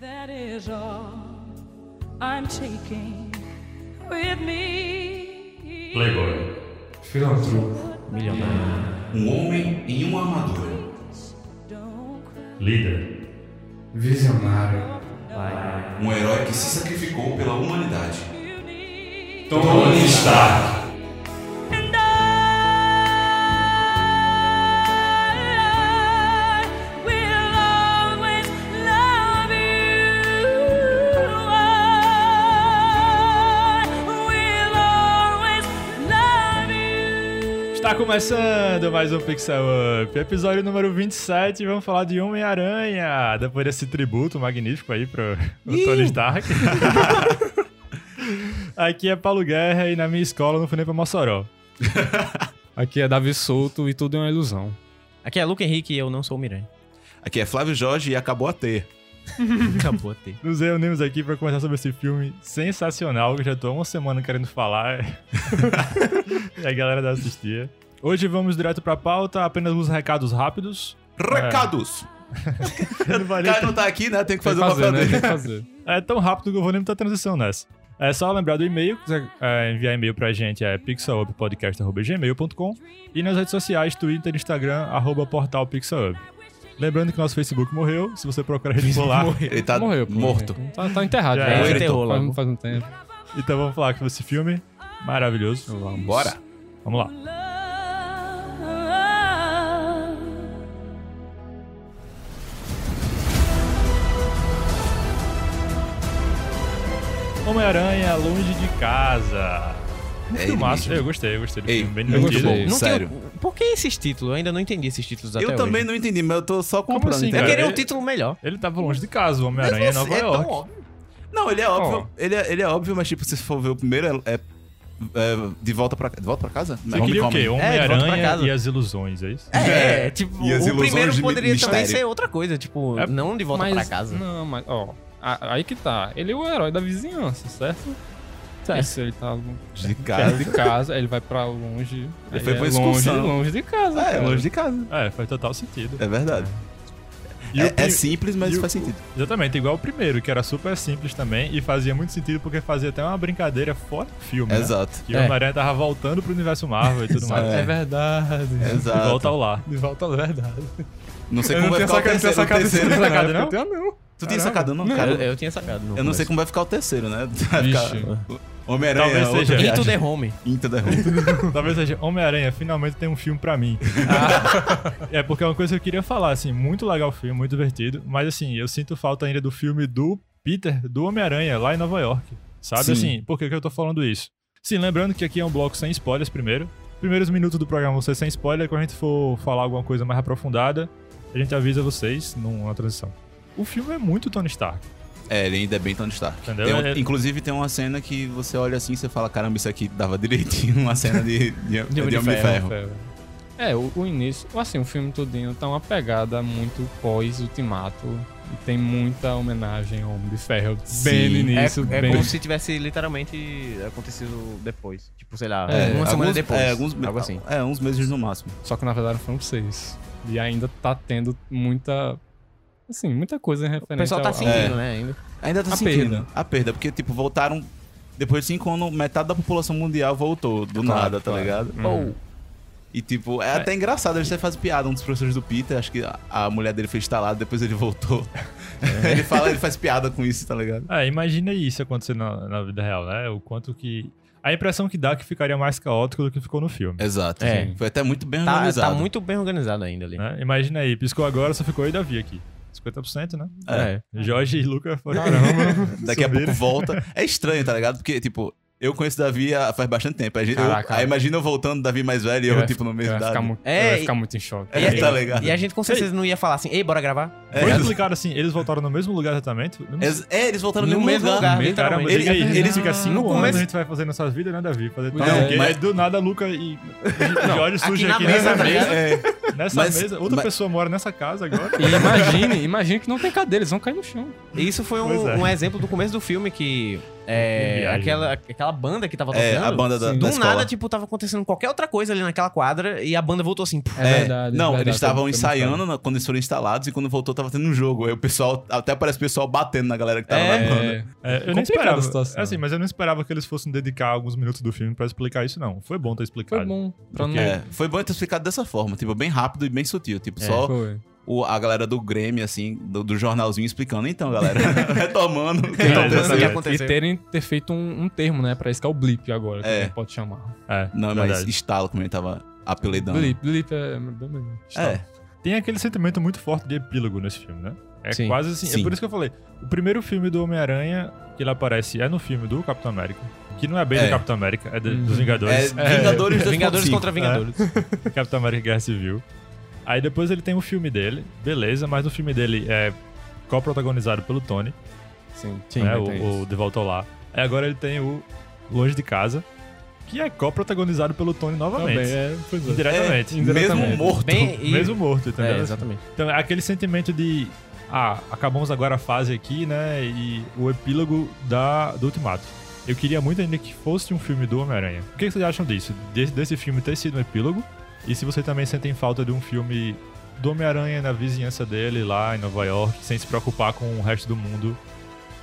That is all I'm taking with me. Playboy. Filantropo. Milionário. Um homem em uma armadura. Don't cry Líder. Visionário. Pai. Um herói que se sacrificou pela humanidade. you need. Tony Stark. And I will always love you. I will always love you. Está Tá começando mais um Pixel Up, episódio número 27, e vamos falar de Homem-Aranha, depois desse tributo magnífico aí pro o Tony Stark. Aqui é Paulo Guerra e na minha escola eu não fui nem pra Mossoró. Aqui é Davi Souto e tudo é uma ilusão. Aqui é Luca Henrique e eu não sou o Miranha. Aqui é Flávio Jorge e acabou a É. ter. Acabou de ter. Nos reunimos aqui pra conversar sobre esse filme sensacional, que eu já tô há uma semana querendo falar. e a galera da assistia. Hoje vamos direto pra pauta, apenas uns recados rápidos. Recados! Eu não vou O nem cara não tá aqui, né? Tem que Tem fazer que o papel né? dele. Tem que fazer. É tão rápido que eu vou nem muita transição nessa. É só lembrar do e-mail, se quiser é, enviar e-mail pra gente é pixeluppodcast.gmail.com e nas redes sociais, Twitter, Instagram, arroba portal pixelup. Lembrando que nosso Facebook morreu, se você procurar ele por lá. Ele tá Morreu. pô. morto. Tá, tá enterrado. Já né? era. Enterrou Faz- logo. Faz um tempo. Então vamos falar sobre esse filme maravilhoso. Vamos. Bora. Vamos lá. Love. Homem-Aranha longe de casa. É ele Filmaço. mesmo. Eu gostei, eu gostei do Ei, filme, bem eu divertido. gostei. Não Sério. Tenho... Por que esses títulos? Eu ainda não entendi esses títulos até Eu também hoje. não entendi, mas eu tô só Como comprando. assim, entendeu? Eu cara? queria um Eu- título melhor. Ele tava longe de casa, o Homem-Aranha em Nova é tão York. óbvio. Não, ele é óbvio. Ele, é, ele é óbvio, mas tipo, se for ver o primeiro, é. é- é de volta pra, de volta pra casa? Você queria o quê? É, volta pra Homem-Aranha casa. e as ilusões, é isso? É, tipo, E as o ilusões primeiro de poderia também mistério. ser outra coisa, tipo, É, não de volta Mas- pra casa. Não, mas, ó. a- Aí que tá. Ele é o herói da vizinhança, certo? É. Certo. Isso, ele tá longe De É. casa. de casa, aí ele vai pra longe. aí foi é pra longe, excursão. longe de casa. É, cara. longe de casa. É, faz total sentido. É verdade. E o É, é prim- simples, e mas o- faz sentido. Exatamente, igual o primeiro, que era super simples também e fazia muito sentido porque fazia até uma brincadeira fora do filme. né? Exato. É. Que o Homem-Aranha tava voltando pro universo Marvel e tudo mais. É. verdade. De Exato. volta ao lar. De volta à verdade. Não sei como vai ficar o terceiro. o terceiro. essa sacada, não? Eu tenho, não. Tu tinha sacado, não, cara? Eu, eu tinha sacado. no Eu não sei começo. como vai ficar o terceiro, né? Vixe. Homem-Aranha. é Talvez seja. outra Into viagem. the Home. Into the Home. Talvez seja Homem-Aranha, finalmente tem um filme pra mim. é porque é uma coisa que eu queria falar, assim, muito legal o filme, muito divertido, mas assim, eu sinto falta ainda do filme do Peter, do Homem-Aranha, lá em Nova York. Sabe Sim. assim, por que, que eu tô falando isso? Sim, lembrando que aqui é um bloco sem spoilers primeiro. Primeiros minutos do programa vão ser sem spoiler, quando a gente for falar alguma coisa mais aprofundada, a gente avisa vocês numa transição. O filme é muito Tony Stark, É, ele ainda é bem Tony Stark. Entendeu? Tem um- É- inclusive tem uma cena que você olha assim e você fala, caramba, isso aqui dava direitinho uma cena de, de, de, Homem de Ferro. É, o, o início, assim, o filme todinho tá uma pegada muito pós-ultimato. E tem muita homenagem ao Homem de Ferro. Sim. bem no É, início, é bem. como se tivesse literalmente acontecido depois. Tipo, sei lá, É, uma semana alguns- depois. É, alguns, algo assim. É, uns meses no máximo. Só que na verdade foram seis. E ainda tá tendo muita. Assim, muita coisa em referência. O pessoal tá ao- sentindo, né, ainda. Ainda é. tá A sentindo. perda. A perda, porque, tipo, voltaram. Depois de cinco anos, metade da população mundial voltou, do nada, tá claro. ligado? Ou, E, tipo, é, até engraçado, eles até fazem piada. Um dos professores do Peter, acho que a, a mulher dele foi instalada, depois ele voltou. É. ele fala, ele faz piada com isso, tá ligado? É, imagina isso acontecer na, na vida real, né? O quanto que. A impressão que dá é que ficaria mais caótico do que ficou no filme. Exato. É. sim. Foi até muito bem tá, organizado. tá muito bem organizado É. ainda ali. né? Imagina aí, piscou agora, só ficou eu e Davi aqui. 50%, né? É. Jorge e Luca foram. Caramba. Daqui a subiram. pouco volta. É estranho, tá ligado? Porque, tipo, eu conheço o Davi há- faz bastante tempo. A gente- eu- Caraca. aí imagina eu voltando, Davi mais velho, e É, Eu eu, ia- tipo, no eu mesmo ia idade. ficar muito, eu É, ia e- ficar muito em choque. É, tá ligado? E a gente com certeza não ia falar assim, ei, bora gravar? é. Foi explicado assim, eles voltaram no mesmo lugar exatamente. No mesmo- Ex- É, eles voltaram no, No mesmo, mesmo lugar. lugar. literalmente. diga aí, Ele- eles eles- ficam assim no começo- começo. A gente vai fazer nossas vidas, né, Davi? Fazer tal, Não, ok. mas- Aí do nada, Luca e, e Jorge surge na aqui, mesa, nessa tá mesa. ligado? É, Nessa Mas- mesa. Outra mas- pessoa mora nessa casa agora. E imagine, imagine que não tem cadeira, eles vão cair no chão. Isso foi Pois um, é. um exemplo do começo do filme que é, Viagem, aquela, aquela banda que tava tocando. é, a banda da, Sim. Do da nada, escola. tipo, tava acontecendo qualquer outra coisa ali naquela quadra e a banda voltou assim. puf. É, verdade. não, verdade, eles estavam foi- foi mostrado. ensaiando na- quando eles foram instalados e quando voltou tava tendo um jogo. Aí o pessoal, até parece o pessoal batendo na galera que tava É. na banda. É, É, eu Complicada nem a esperava. situação. Assim, mas eu não esperava que eles fossem dedicar alguns minutos do filme pra explicar isso, não. Foi bom ter explicado. foi bom. Pra não... É, foi bom ter explicado dessa forma, tipo, bem rápido e bem sutil. Tipo, É. só Foi. o- a galera do Grêmio, assim, do, do jornalzinho explicando. Então, galera, retomando o que É, aconteceu. exatamente. E terem ter feito um, um termo, né? Pra isso que é o blip agora, que É. a gente pode chamar. É, Não, mas verdade. estalo como ele tava apelidando. Blip, blip é bem melhor. É, Tem aquele sentimento muito forte de epílogo nesse filme, né? É Sim. quase assim. Sim. É por isso que eu falei. O primeiro filme do Homem-Aranha que ele aparece é no filme do Capitão América. Que não é bem É. do Capitão América, é de- Uhum. dos é Vingadores. Vingadores 2.5. Vingadores É. contra Vingadores. Capitão América Guerra Civil. Aí depois ele tem o filme dele, beleza, mas o filme dele é co-protagonizado pelo Tony, Sim, sim. né? tem isso. O, o De Volta ao Lar. Aí agora ele tem o Longe de Casa, que é co-protagonizado pelo Tony novamente. Também, é, pois é. Indiretamente. É, Mesmo Exatamente. morto. Bem, e- Mesmo morto, entendeu? É, exatamente. Então, é aquele sentimento de. Ah, acabamos agora a fase aqui, né? E o epílogo da, do Ultimato. Eu queria muito ainda que fosse um filme do Homem-Aranha. O que que vocês acham disso? De- desse filme ter sido um epílogo? E se vocês também sentem falta de um filme do Homem-Aranha na vizinhança dele, lá em Nova York, sem se preocupar com o resto do mundo,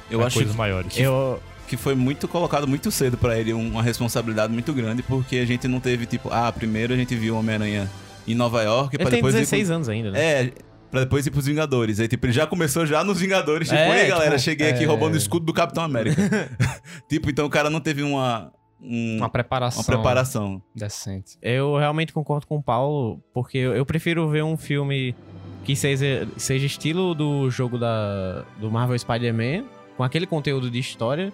Eu né, acho coisas maiores. Eu, que foi muito colocado muito cedo pra ele um- uma responsabilidade muito grande, porque a gente não teve, tipo, ah, primeiro a gente viu o Homem-Aranha em Nova York, pra ele tem depois. 16 ir anos ainda, pro... né? É, pra depois ir pros Vingadores. Aí, tipo, ele já começou já nos Vingadores, tipo, É, ei, galera, tipo, cheguei aqui é. roubando o escudo do Capitão América. tipo, então o cara não teve uma. um- Uma uma preparação, preparação. decente. Eu realmente concordo com o Paulo, porque eu eu prefiro ver um filme que seja, seja estilo do jogo da, do Marvel Spider-Man, com aquele conteúdo de história,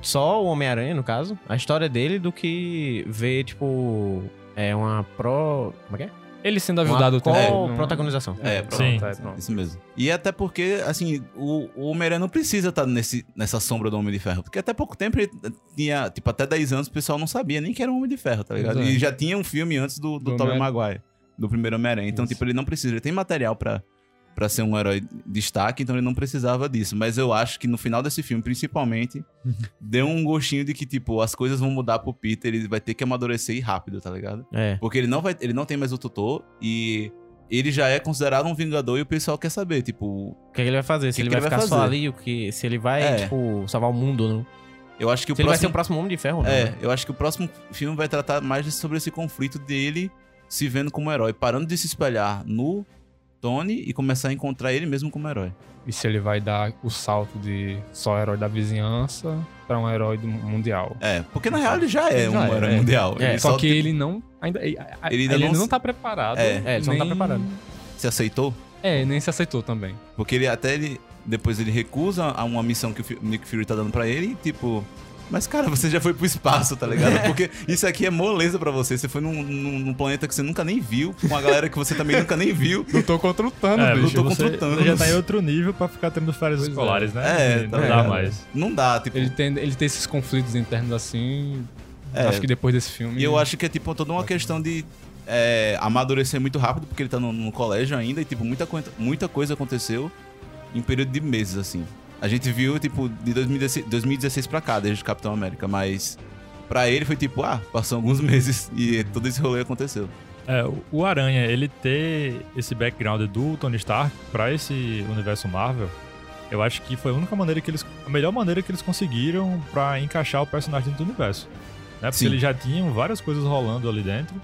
só o Homem-Aranha, no caso, a história dele, do que ver, tipo, é uma pró... Como é que é? Ele sendo ajudado uma também. co- não- protagonização. É, Sim. pronto, é, pronto. Isso mesmo. E até porque, assim, o, o Homem-Aranha não precisa estar nesse, nessa sombra do Homem de Ferro. Porque até pouco tempo ele tinha, tipo, até 10 anos o pessoal não sabia nem que era um Homem de Ferro, tá ligado? Exato. E já tinha um filme antes do, do, é. Do Tobey Homem- Maguire, do primeiro Homem-Aranha. Então, Isso. tipo, ele não precisa. Ele tem material pra, pra ser um herói de destaque, então ele não precisava disso. Mas eu acho que no final desse filme, principalmente, Uhum. deu um gostinho de que, tipo, as coisas vão mudar pro Peter, ele vai ter que amadurecer e rápido, tá ligado? É. Porque ele não, vai, ele não tem mais o tutor e ele já é considerado um vingador e o pessoal quer saber, tipo... O que, é que ele vai fazer? Se Que ele que vai, ele vai ficar só fazer? ali, o que, se ele vai, É. tipo, salvar o mundo, não? Eu acho que o Se ele vai ser próximo... o próximo Homem de Ferro, né? não? É, eu acho que o próximo filme vai tratar mais de- sobre esse conflito dele se vendo como herói, parando de se espelhar no Tony e começar a encontrar ele mesmo como herói. E se ele vai dar o salto de só herói da vizinhança pra um herói do mundial. É, porque na real ele já é Ele um já é, herói é. mundial. É, ele Só só que tipo, ele não. Ainda, ele Ele ainda ainda não não, se- tá preparado. É. nem, É, ele só não tá preparado. se aceitou, É, nem se aceitou também. porque ele até ele... Depois ele recusa a uma missão que o Fi- Nick Fury tá dando pra ele e, tipo... Mas, cara, você já foi pro espaço, tá ligado? Porque isso aqui é moleza pra você. Você foi num, num- num planeta que você nunca nem viu, com uma galera que você também nunca nem viu. Lutou contra o Thanos, É, bicho, bicho, eu tô você contratando. já tá em outro nível pra ficar tendo férias Pois é. escolares, É, né? tá não dá ligado? mais. Não dá, tipo... Ele tem, ele tem esses conflitos internos assim. É. Acho que depois desse filme. E eu acho que é tipo toda uma questão de é, amadurecer muito rápido, porque ele tá no, no colégio ainda, e tipo, muita, coisa- muita coisa aconteceu em um período de meses, assim. A gente viu, tipo, de 2016, 2016 pra cá, desde o Capitão América, mas pra ele foi tipo, ah, passou alguns meses e todo esse rolê aconteceu. É, o- o Aranha, ele ter esse background do Tony Stark pra esse universo Marvel, eu acho que foi a única maneira que eles. A melhor maneira que eles conseguiram pra encaixar o personagem dentro do universo. Né? Porque Sim. eles já tinham várias coisas rolando ali dentro.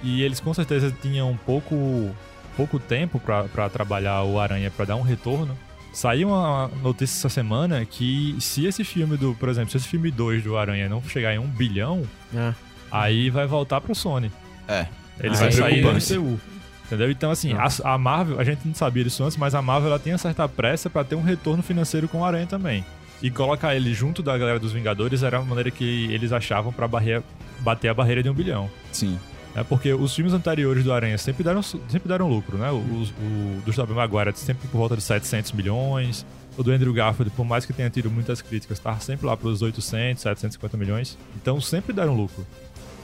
E eles com certeza tinham pouco, pouco tempo pra- pra trabalhar o Aranha pra dar um retorno. Saiu uma notícia essa semana que se esse filme do, por exemplo, se esse filme 2 do Aranha não chegar em um bilhão, Ah. aí vai voltar pro Sony. É. Ele Ah, vai é sair Ah. do preocupante. MCU. Entendeu? Então, assim, a, a Marvel, a gente não sabia disso antes, mas a Marvel ela tem uma certa pressa pra ter um retorno financeiro com o Aranha também. E colocar ele junto da galera dos Vingadores era uma maneira que eles achavam pra barreira- bater a barreira de um bilhão. Sim. É porque os filmes anteriores do Aranha sempre deram, su- sempre deram lucro, né? O, os- o, dos Tobey Maguire é sempre por volta de 700 milhões. O do Andrew Garfield, por mais que tenha tido muitas críticas, tá sempre lá pros 800, 750 milhões. Então sempre deram lucro.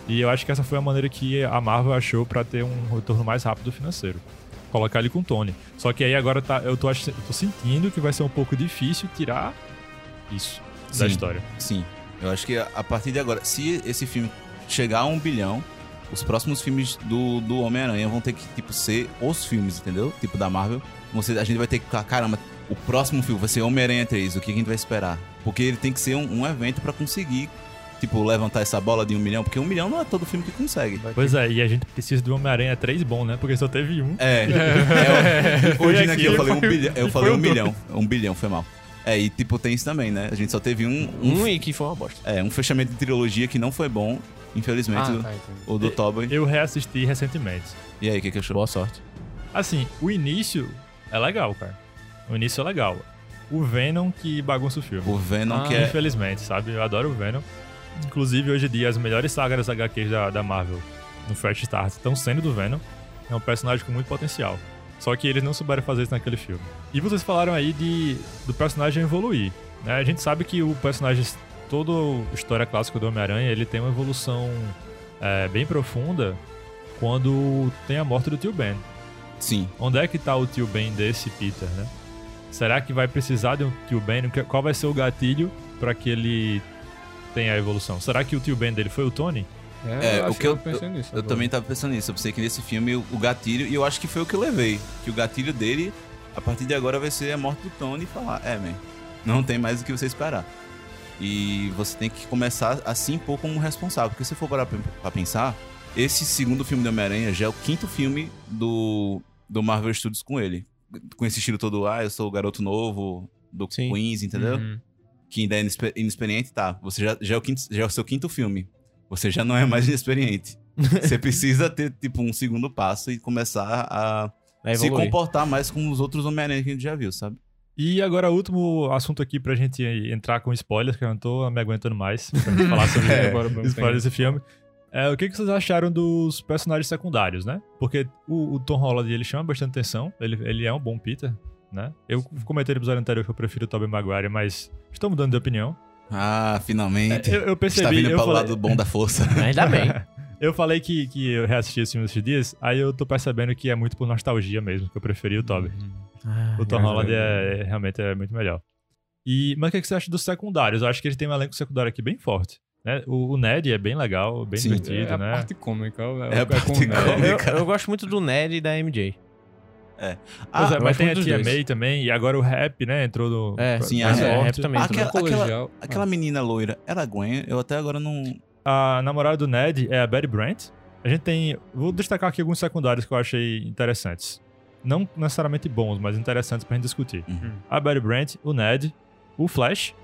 E eu acho que essa foi a maneira que a Marvel achou pra ter um retorno mais rápido financeiro. Colocar ele com o Tony. Só que aí agora tá, eu, tô, ach- eu tô sentindo que vai ser um pouco difícil tirar isso Sim. da história. Sim. Eu acho que a a partir de agora, se esse filme chegar a um bilhão, os próximos filmes do, do Homem-Aranha vão ter que, tipo, ser os filmes, entendeu? Tipo, da Marvel. você, a gente vai ter que ficar, caramba, o próximo filme vai ser Homem-Aranha 3, o que que a gente vai esperar? Porque ele tem que ser um, um evento pra conseguir, tipo, levantar essa bola de um milhão, porque um milhão não é todo filme que consegue. Pois é, e a gente precisa do Homem-Aranha 3 bom, né? Porque só teve um. É, é, eu- Foi hoje aqui eu aquilo, falei um foi- bilhão, eu e falei foi um o bilhão, um bilhão, foi mal. É, e tipo, tem isso também, né? A gente só teve um, um, Um e que foi uma bosta. é, um fechamento de trilogia que não foi bom, infelizmente, Ah, o- tá, entendi. o do Tobey. Eu reassisti recentemente. E aí, o que que achou? Boa sorte. Assim, o início é legal, cara. O início é legal. O Venom que bagunça o filme. O Venom, Ah, que é... Infelizmente, sabe? Eu adoro o Venom. Inclusive, hoje em dia, as melhores sagas HQs da, da Marvel no Fresh Start estão sendo do Venom. É um personagem com muito potencial. Só que eles não souberam fazer isso naquele filme. E vocês falaram aí de, do personagem evoluir. né? A gente sabe que o personagem, toda a história clássica do Homem-Aranha, ele tem uma evolução é, bem profunda quando tem a morte do tio Ben. Sim. Onde é que tá o tio Ben desse Peter, né? Será que vai precisar de um tio Ben? Que- Qual vai ser o gatilho pra que ele tenha a evolução? Será que o tio Ben dele foi o Tony? É, eu o acho que eu, pensei eu- nisso. eu agora. também tava pensando nisso. Eu pensei que nesse filme o, o gatilho, e eu acho que foi o que eu levei. Que o gatilho dele, a partir de agora, vai ser a morte do Tony e falar: é, man, não tem mais o que você esperar. E você tem que começar a se impor como responsável. Porque se for parar pra, pra pensar, esse segundo filme do Homem-Aranha já é o quinto filme do, do Marvel Studios com ele. Com esse estilo todo, ah, eu sou o garoto novo do Sim. Queens, entendeu? Uhum. que ainda é inexper- inexperiente, tá. Você já, já, é o quinto, já é o seu quinto filme. Você já não é mais inexperiente. Você precisa ter, tipo, um segundo passo e começar a Vai se evoluir. comportar mais com os outros Homem-Aranha que a gente já viu, sabe? E agora, o último assunto aqui pra gente entrar com spoilers, que eu não tô me aguentando mais pra gente falar sobre É, agora eu spoilers desse filme. É, o que, que vocês acharam dos personagens secundários, né? Porque o, o Tom Holland, ele chama bastante atenção, ele, ele é um bom Peter, né? Eu comentei no episódio anterior que eu prefiro o Tobey Maguire, mas estou mudando de opinião. Ah, finalmente. É, Eu, eu Está percebi, vindo para eu o falei, lado bom da força. Ainda Tá bem. Eu falei que, que eu reassisti esse filme esses dias, aí eu tô percebendo que é muito por nostalgia mesmo, que eu preferi o Toby. O Tom Holland é, é- realmente é muito melhor. E, mas o que que você acha dos secundários? Eu acho que ele tem um elenco secundário aqui bem forte. Né? O, o Ned é bem legal, bem Sim. divertido, É a né? parte cômica. É a parte com o Ned. cômica. Eu, eu gosto muito do Ned e da MJ. Ah, Pois é, eu mas acho tem a muito dos Tia dois. May também, e agora o Rap, né? Entrou no. É, né? pra- sim, mais é, forte. rap também. Ah, aquela, aquela, Colegial. aquela menina loira, ela é Gwen, eu até agora não. A namorada do Ned é a Betty Brant. A gente tem. Vou destacar aqui alguns secundários que eu achei interessantes. Não necessariamente bons, mas interessantes pra gente discutir. Uhum. A Betty Brant, o Ned, o Flash,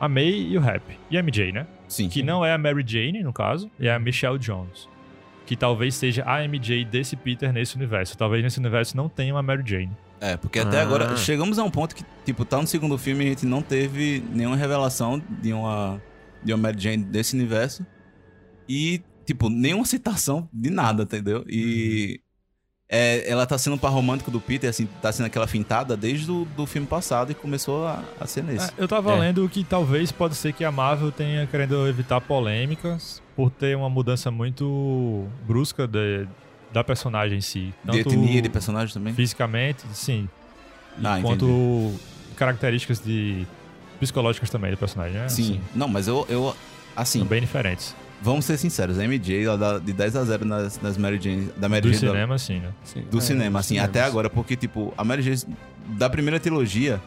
a May e o Rap. E a MJ, né? Sim. Que não é a Mary Jane, no caso, é a Michelle Jones. Que talvez seja a MJ desse Peter nesse universo. Talvez nesse universo não tenha uma Mary Jane. É, porque até Ah. agora chegamos a um ponto que, tipo, tá no segundo filme e a gente não teve nenhuma revelação de uma, de uma Mary Jane desse universo. E, tipo, nenhuma citação de nada, entendeu? Uhum. E é, ela tá sendo um par romântico do Peter, assim, tá sendo aquela fintada desde o do filme passado e começou a, a ser nesse. É, eu tava É. lendo que talvez pode ser que a Marvel tenha querendo evitar polêmicas por ter uma mudança muito brusca de- da personagem em si. de É, Tanto etnia de personagem também. Fisicamente, sim. Ah, quanto características de psicológicas também do personagem, né? Sim. Assim, Não, mas eu, eu assim, são bem diferentes. vamos ser sinceros, a MJ, ela dá de 10 a 0 nas, nas Mary Jane, da Mary Do Jane da- cinema, sim, né? Sim, do é, cinema, dos assim, cinemas. até agora, porque, tipo, a Mary Jane da primeira trilogia,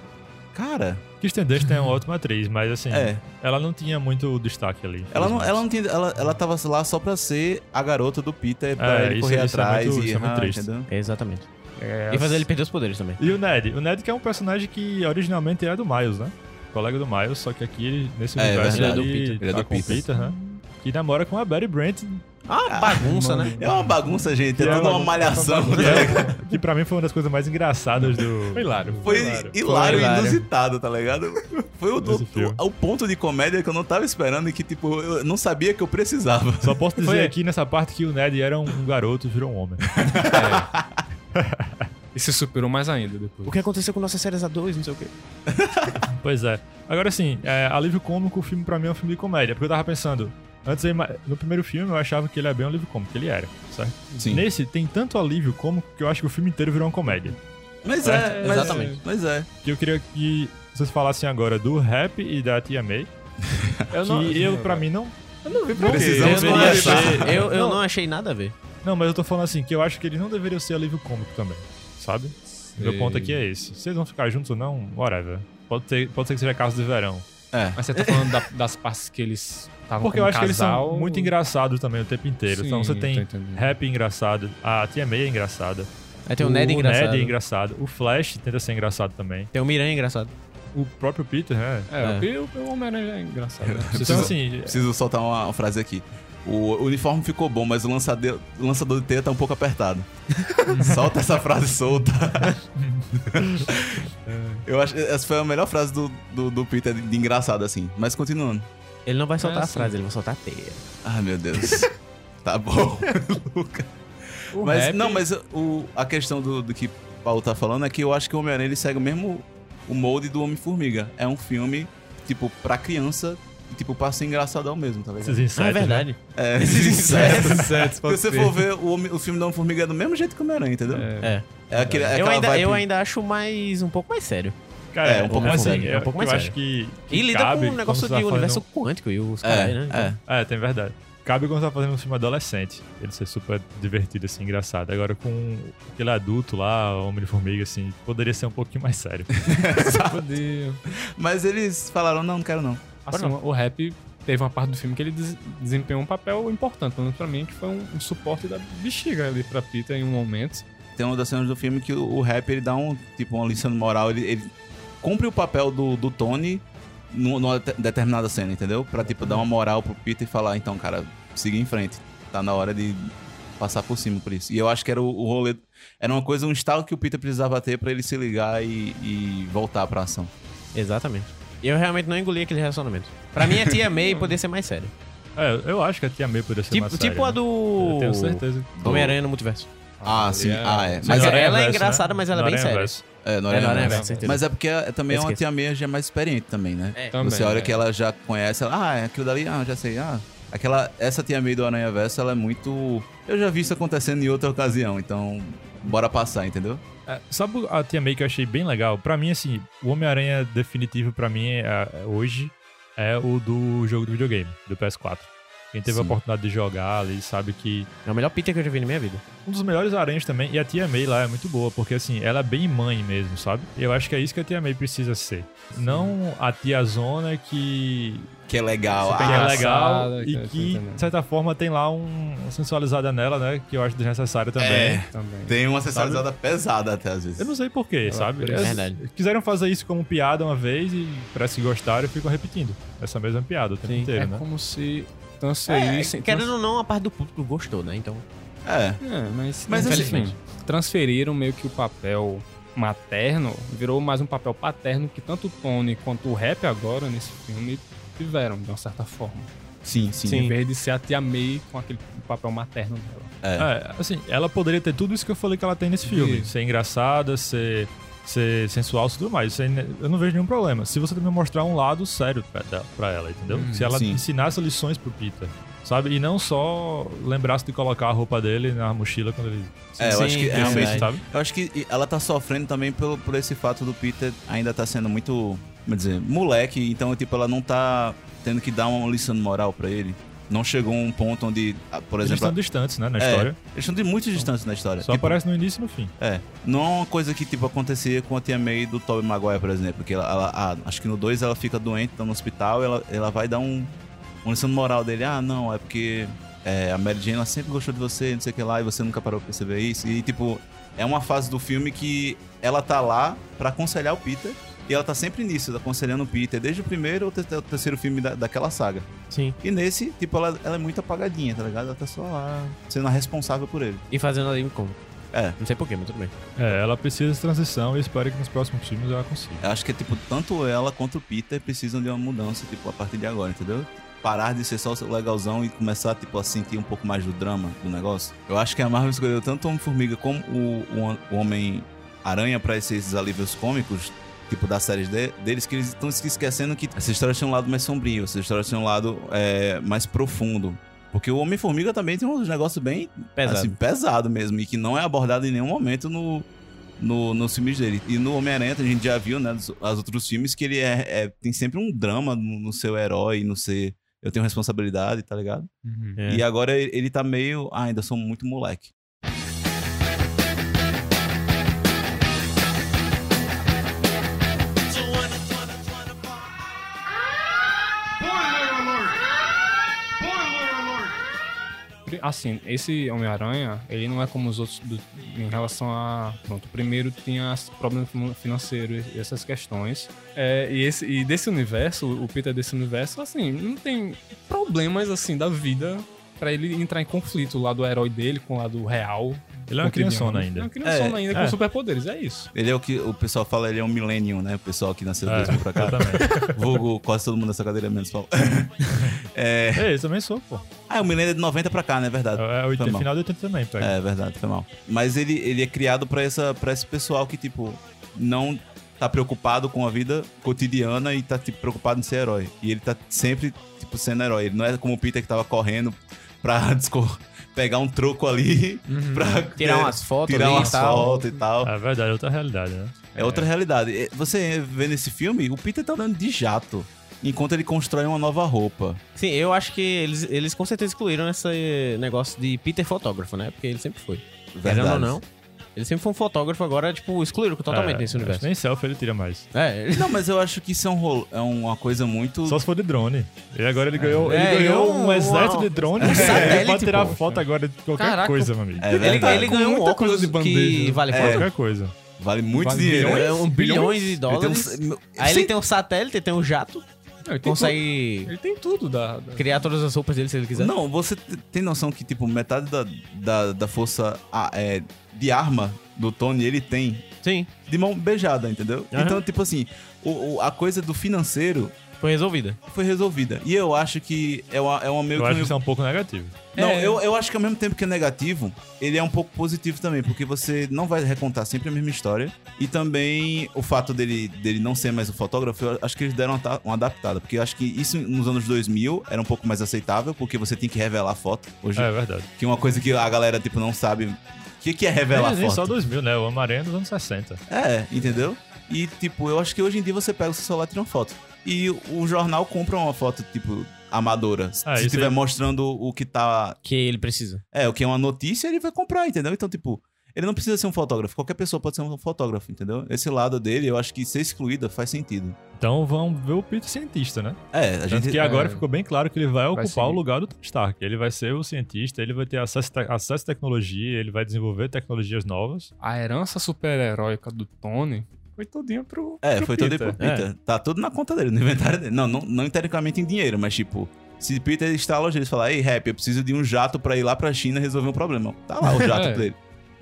cara, Kristen Dunst é uma ótima atriz, mas assim, é. ela não tinha muito destaque ali. Ela não, infelizmente. ela não tinha. Ela, ela tava lá só pra ser a garota do Peter, pra É, ele isso- correr isso é atrás muito- e isso é muito errar, triste. entendeu? É, exatamente. É, E fazer ele perder os poderes também. E o Ned? O Ned que é um personagem que originalmente era do Miles, né? Colega do Miles, só que aqui nesse É, universo verdade. ele, Ele é do Peter. Ele é tá do com o Peter. Peter, né? Que namora com a Barry Brant, Ah, bagunça, né? É uma bagunça, gente. É E toda ela- uma malhação. né? que, é- que pra mim foi uma das coisas mais engraçadas do... Foi hilário. Foi um hilário. hilário e hilário. inusitado, tá ligado? Foi o, Nesse o- filme. o ponto de comédia que eu não tava esperando e que, tipo, eu não sabia que eu precisava. Só posso dizer Foi- aqui nessa parte que o Ned era um garoto, virou um homem. E se superou mais ainda depois. O que aconteceu com nossas séries A2, não sei o quê. Pois é. Agora sim, é, alívio cômico, o filme pra mim é um filme de comédia. Porque eu tava pensando, antes eu ima- no primeiro filme eu achava que ele era bem um alívio cômico, que ele era, certo? Sim. Nesse tem tanto alívio cômico que eu acho que o filme inteiro virou uma comédia. Mas é, É, mas, exatamente. Mas é. que eu queria que vocês falassem agora do rap e da Tia May. Eu Que eu, pra mim, não. Eu não vi pra Precisamos eu, deveria conversar. ser- eu, eu Não. não. achei nada a ver. Não, mas eu tô falando assim, que eu acho que eles não deveriam ser alívio cômico também. Sabe? Meu ponto aqui é esse. Vocês vão ficar juntos ou não, whatever. Pode, ter, pode ser que seja caso de verão. É. Mas você tá falando da- das partes que eles estavam Porque eu como acho que eles são casal? muito engraçados também o tempo inteiro. então Sim, você tem tô entendendo. rap engraçado, a Tia May é engraçada. Aí tem o Ned engraçado. Ned é engraçado. O Flash tenta ser engraçado também. Tem o Miranha engraçado. O próprio Peter, né? É, É. porque o- o Homem-Aranha é engraçado. Né? Então, assim, Preciso soltar uma, uma frase aqui. O uniforme ficou bom, mas o lançade- o lançador de teia tá um pouco apertado. Solta essa frase solta. Eu acho essa foi a melhor frase do, do, do Peter de, de engraçado, assim. Mas continuando. Ele não vai soltar a assim. frase, ele vai soltar a teia. Ai, meu Deus. tá bom, Luca. O Mas, rap- Não, mas o- a questão do, do que o Paulo tá falando é que eu acho que o Homem-Aranha ele segue o mesmo o molde do Homem-Formiga. É um filme, tipo, pra criança e, tipo, pra ser engraçadão mesmo, tá ligado? esses insetos. Ah, é né? verdade. É, esses insetos. Certo, Se você for ver o, homem- o filme da Homem-Formiga é do mesmo jeito que o Homem-Aranha, entendeu? É, É. aquele, é eu, aquela ainda, vibe- eu ainda acho mais um pouco mais sério. Cara, É, um pouco mais assim, sério. é É um pouco mais eu sério. acho que. que E lida cabe com um negócio quando de você tá fazendo- universo quântico e os É, caras, né? é. É, tem verdade. Cabe quando você tá fazendo um filme adolescente. Ele ser super divertido, assim, engraçado. Agora, com aquele adulto lá, Homem de Formiga, assim, poderia ser um pouquinho mais sério. tipo, Podia- é. Mas eles falaram, não, não quero não. Assim, o rap teve uma parte do filme que ele des- desempenhou um papel importante, pelo menos pra mim, que foi um, um suporte da bexiga ali pra Peter em um momento. Tem uma das cenas do filme que o, o rap, ele dá um, tipo, uma lição de moral. Ele, ele cumpre o papel do, do Tony nu- numa te- determinada cena, entendeu? Pra, tipo, dar uma moral pro Peter e falar, então, cara, siga em frente. Tá na hora de passar por cima por isso. E eu acho que era o, o rolê... Era uma coisa, um estalo que o Peter precisava ter pra ele se ligar e, e voltar pra ação. é. Exatamente. E eu realmente não engoli aquele relacionamento. Pra mim, a tia May poderia ser mais séria. É, eu acho que a Tia May poderia ser Tipo, mais séria. tipo a né? do. Eu tenho certeza. Homem-Aranha no Multiverso. Ah, sim. Ah, é. Mas Mas No é, ela- ela é Aranha-verso, engraçada, mas ela é No bem séria. Aranha-verso. é, não É, era, não, não. né? com certeza. Mas é porque é- também é uma Esquece. tia meia já mais experiente também, né? É. Também, Você olha é. que ela já conhece, ela, ah, é aquilo dali, ah, já sei, ah. Aquela, essa tia meia do Aranha Verso, ela é muito. Eu já vi isso acontecendo em outra ocasião, então bora passar, entendeu? É, sabe a Tia May que eu achei bem legal? Pra mim, assim, o Homem-Aranha definitivo pra mim é- é- hoje é o do jogo do videogame, do PS4. Quem teve a Sim. oportunidade de jogar ali sabe que É o melhor Peter que eu já vi na minha vida. um dos melhores aranhas também. E a Tia May lá é muito boa, porque assim, ela é bem mãe mesmo, sabe? Eu acho que é isso que a Tia May precisa ser. Não a Tia Zona que, Que é legal. que é Ah, legal engraçada, e cara, tô que, entendendo. de certa forma, tem lá um, uma sensualizada nela, né? Que eu acho desnecessário também. É. Também. tem uma acessorizada pesada até às Eu não vezes. sei porquê, sabe? precisa. Eles Verdade. Quiseram fazer isso como piada uma vez e parece que gostaram e ficam repetindo essa mesma piada o tempo Sim, inteiro, é né? como se transferissem. É, querendo ou não, a parte do público gostou, né? Então. É. É, mas, Mas, assim, infelizmente, transferiram meio que o papel materno, virou mais um papel paterno que tanto o Tony quanto o Rap agora nesse filme tiveram, de uma certa forma. Sim, sim. Em vez de ser a Tia May com aquele papel materno dela. É, assim, ela poderia ter tudo isso que eu falei que ela tem nesse filme. Isso. Ser engraçada, ser, ser sensual e tudo mais. Isso aí, né, eu não vejo nenhum problema. Se você também mostrar um lado sério pra, dela- pra ela, entendeu? Se ela Hum, sim. ensinasse lições pro Peter, sabe? E não só lembrasse de colocar a roupa dele na mochila quando ele... É, eu Sim, acho que é realmente. verdade. sabe? Eu acho que ela tá sofrendo também pelo, por esse fato do Peter ainda tá sendo muito, como dizer, moleque, então, tipo, ela não tá tendo que dar uma lição de moral pra ele. Não chegou a um ponto onde, ah, por Eles exemplo. estão distantes, né, na é, história. eles estão de muito distantes na história. Só Tipo, aparece no início e no fim. É. Não é uma coisa que, tipo, acontecia com a Tia May do Tobey Maguire, por exemplo. Porque ela, ela- ah, acho que no 2 ela fica doente, tá no hospital, ela, ela vai dar um, uma lição de moral dele. Ah, não, é porque é, a Mary Jane ela sempre gostou de você, não sei o que lá, e você nunca parou pra perceber isso. E, tipo, é uma fase do filme que ela tá lá pra aconselhar o Peter. E ela tá sempre nisso, aconselhando o Peter, desde o primeiro ou até o terceiro filme da- daquela saga. Sim. E nesse, tipo, ela, ela é muito apagadinha, tá ligado? Ela tá só lá sendo a responsável por ele. E fazendo ali como? É. Não sei porquê, mas tudo bem. É, ela precisa de transição e espero que nos próximos filmes ela consiga. Eu acho que, tipo, tanto ela quanto o Peter precisam de uma mudança, tipo, a partir de agora, entendeu? Parar de ser só o legalzão e começar, tipo, a sentir um pouco mais do drama do negócio. Eu acho que a Marvel escolheu tanto o Homem-Formiga como o, o- o Homem-Aranha pra esses alívios cômicos, tipo, das séries de- deles, que eles estão se esquecendo que essa história tem um lado mais sombrio, essa história tem um lado é, mais profundo. Porque o Homem-Formiga também tem uns negócios bem Pesado. Assim, pesado mesmo, e que não é abordado em nenhum momento no, no, nos filmes dele. E no Homem-Aranha, a gente já viu, né, dos, as outros filmes, que ele é, é- tem sempre um drama no, no seu herói, no ser eu tenho responsabilidade, tá ligado? É. E agora ele ele tá meio, ah, ainda sou muito moleque. pri- assim, esse Homem-Aranha, ele não é como os outros do- em relação a. Pronto, o primeiro tinha as- problemas fin- financeiros e essas questões. É, e, esse, e desse universo, o Peter desse universo, assim, não tem problemas assim da vida pra ele entrar em conflito lá do herói dele com o lado real. Ele é uma cotidiano. criançona Ele É ainda. uma criançona É, ainda é. com superpoderes, é isso. Ele é o que o pessoal fala, ele é um millennium, né? O pessoal que nasceu É, dois mil pra cá. exatamente. Vulgo, quase todo mundo nessa cadeira menos Paulo. É, eu também sou, pô. ah, o millennium é de 90 pra cá, né? É verdade. É, 80, Foi mal. final de 80 também, pega. É verdade, foi mal. Mas ele, ele é criado pra, essa, pra esse pessoal que, tipo, não tá preocupado com a vida cotidiana e tá, tipo, preocupado em ser herói. E ele tá sempre, tipo, sendo herói. Ele não é como o Peter que tava correndo pra desco- pegar um troco ali, pra Uhum. é, Tirar umas fotos tirar ali e umas tal. fotos e tal. É verdade, é outra realidade, né? É outra realidade. É, Você vê nesse filme, o Peter tá andando de jato. Enquanto ele constrói uma nova roupa. Sim, eu acho que eles, eles com certeza excluíram esse negócio de Peter fotógrafo, né? Porque ele sempre foi. Verdade. Querendo ou não. Ele sempre foi um fotógrafo, agora, tipo, excluíram totalmente É, nesse acho que universo. Nem selfie ele tira mais. É, ele- Não, mas eu acho que isso é, um rolo, é uma coisa muito. Só se for de drone. E agora ele ganhou, ele É, ganhou ganhou um, um- exército de uma- drones. satélite, ele pode tirar pô. foto agora de qualquer Caraca. coisa, meu amigo. É ele, verdade. ele ganhou um muita óculos coisa de que bandeja. vale É. quanto? Qualquer coisa. Vale muito Vale dinheiro. milhões. É, um bilhões de Ele tem um dólares. uns- Aí Sim. ele tem um satélite, tem um jato, Não, ele tem consegue tudo- ele tem tudo da. da- criar todas as roupas dele se ele quiser. Não, você te- tem noção que, tipo, metade da, da, da força a- é, de arma do Tony ele tem Sim, de mão beijada, entendeu? Aham. Então, tipo assim, o- o- a coisa do financeiro foi resolvida. foi resolvida. E eu acho que é uma, é uma meio Eu que. acho que meio- isso é um pouco negativo. Não, É. eu, eu acho que ao mesmo tempo que é negativo, ele é um pouco positivo também, porque você não vai recontar sempre a mesma história. E também o fato dele, dele não ser mais o fotógrafo, eu acho que eles deram uma, ta- uma adaptada. Porque eu acho que isso nos anos 2000 era um pouco mais aceitável, porque você tem que revelar a foto. Hoje É verdade. que é uma coisa que a galera, tipo, não sabe. O que, que é revelar Mas nem foto? só 2000, né? O Homem-Aranha é dos anos 60. É, entendeu? E, tipo, eu acho que hoje em dia você pega o seu celular e tira uma foto. E o jornal compra uma foto, tipo, amadora. Se Ah, isso estiver aí. mostrando o que tá. Que ele precisa. É, o que é uma notícia, ele vai comprar, entendeu? Então, tipo, ele não precisa ser um fotógrafo. Qualquer pessoa pode ser um fotógrafo, entendeu? Esse lado dele, eu acho que ser excluída faz sentido. Então vamos ver o Peter Cientista, né? É, a Tanto gente. que agora é. ficou bem claro que ele vai, ocupar seguir. o lugar do Tony Stark. Ele vai ser o cientista, ele vai ter acesso, te- acesso à tecnologia, ele vai desenvolver tecnologias novas. A herança super-heróica do Tony foi todinha pro. É, pro foi todo Peter. pro Peter. Tá tudo na conta dele, no inventário dele. Não, não, não teoricamente em dinheiro, mas tipo, se Peter instala hoje, ele fala, ei, rap, eu preciso de um jato pra ir lá pra China resolver um problema. Tá lá o jato É. dele.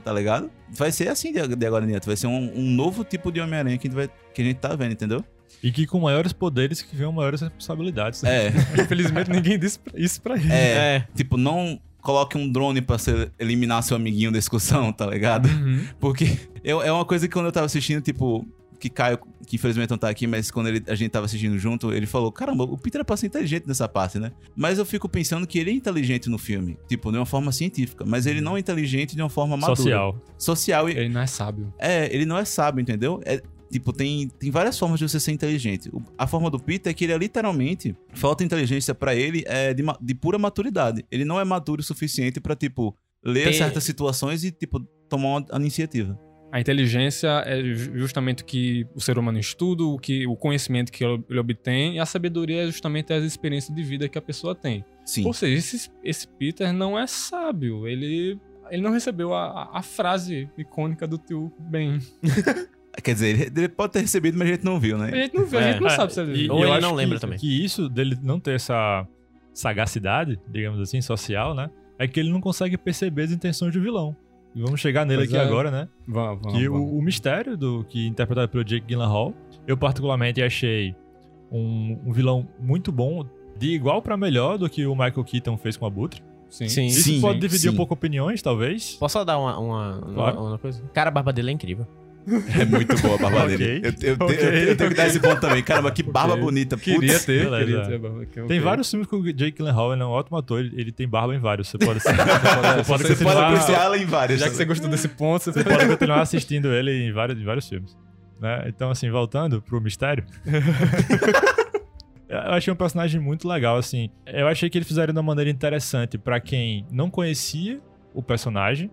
Tá ligado? Vai ser assim de de agora em diante. Vai ser um, um novo tipo de Homem-Aranha que, a gente vai- que a gente tá vendo, entendeu? E que com maiores poderes que vem maiores responsabilidades. né? É, Infelizmente ninguém disse pra- isso pra ele. é. É. Tipo, não coloque um drone pra ser- eliminar seu amiguinho da discussão, tá ligado? Uhum. Porque eu- é uma coisa que quando eu tava assistindo, tipo, que Caio, que infelizmente não tá aqui, mas quando ele- a gente tava assistindo junto, ele falou: caramba, o Peter é pra ser inteligente nessa parte, né? Mas eu fico pensando que ele é inteligente no filme, tipo, de uma forma científica, mas ele não é inteligente de uma forma madura. Social. Social. E, Ele não é sábio. é, ele não é sábio, entendeu? É. Tipo, tem, tem várias formas de você ser inteligente. O- A forma do Peter é que ele é literalmente. Falta inteligência pra ele é de, ma- de pura maturidade. Ele não é maduro o suficiente pra, tipo, ler Tem- certas situações e, tipo, tomar uma, uma iniciativa. A inteligência é ju- justamente o que o ser humano estuda, o, que, o conhecimento que ele ele obtém, e a sabedoria é justamente as experiências de vida que a pessoa tem. Sim. Ou seja, esse, esse Peter não é sábio, ele, ele não recebeu a, a- a frase icônica do tio Ben. Quer dizer, ele- ele pode ter recebido, mas a gente não viu, A né? gente não, vê, a gente não sabe se é ele É. viu. E- É. Ou eu ele acho não que- lembra também. Que isso dele não ter essa sagacidade, digamos assim, social, né? É que ele não consegue perceber as intenções do vilão. E vamos chegar nele Pois aqui é. agora, né? Vamos, vamos, Que o, vamos. o mistério do que é interpretado pelo Jake Gyllenhaal, eu particularmente achei um, um vilão muito bom, de igual pra melhor do que o Michael Keaton fez com a Butre. Sim. Sim. Isso Sim, pode sim. dividir um pouco opiniões, talvez. Posso só dar uma, uma, Claro. uma coisa? Cara, a barba dele é incrível. É muito boa a barba Ok. dele. Eu, eu- eu- Ok. eu- eu tenho que dar esse ponto também. Caramba, que barba Ok. bonita. Putz. Queria ter, Beleza. queria ter. ok. Tem vários filmes com o Jake Gyllenhaal, ele é um ótimo ator, ele, ele tem barba em vários. Você pode, você É, pode, se você Você pode Vai- apreciar ela em várias. Já que você gostou desse ponto, você Você pode continuar assistindo ele em vários, em vários filmes. né? Então, assim, voltando pro mistério. eu achei um personagem muito legal, assim. Eu achei que eles fizeram de uma maneira interessante pra quem não conhecia o personagem,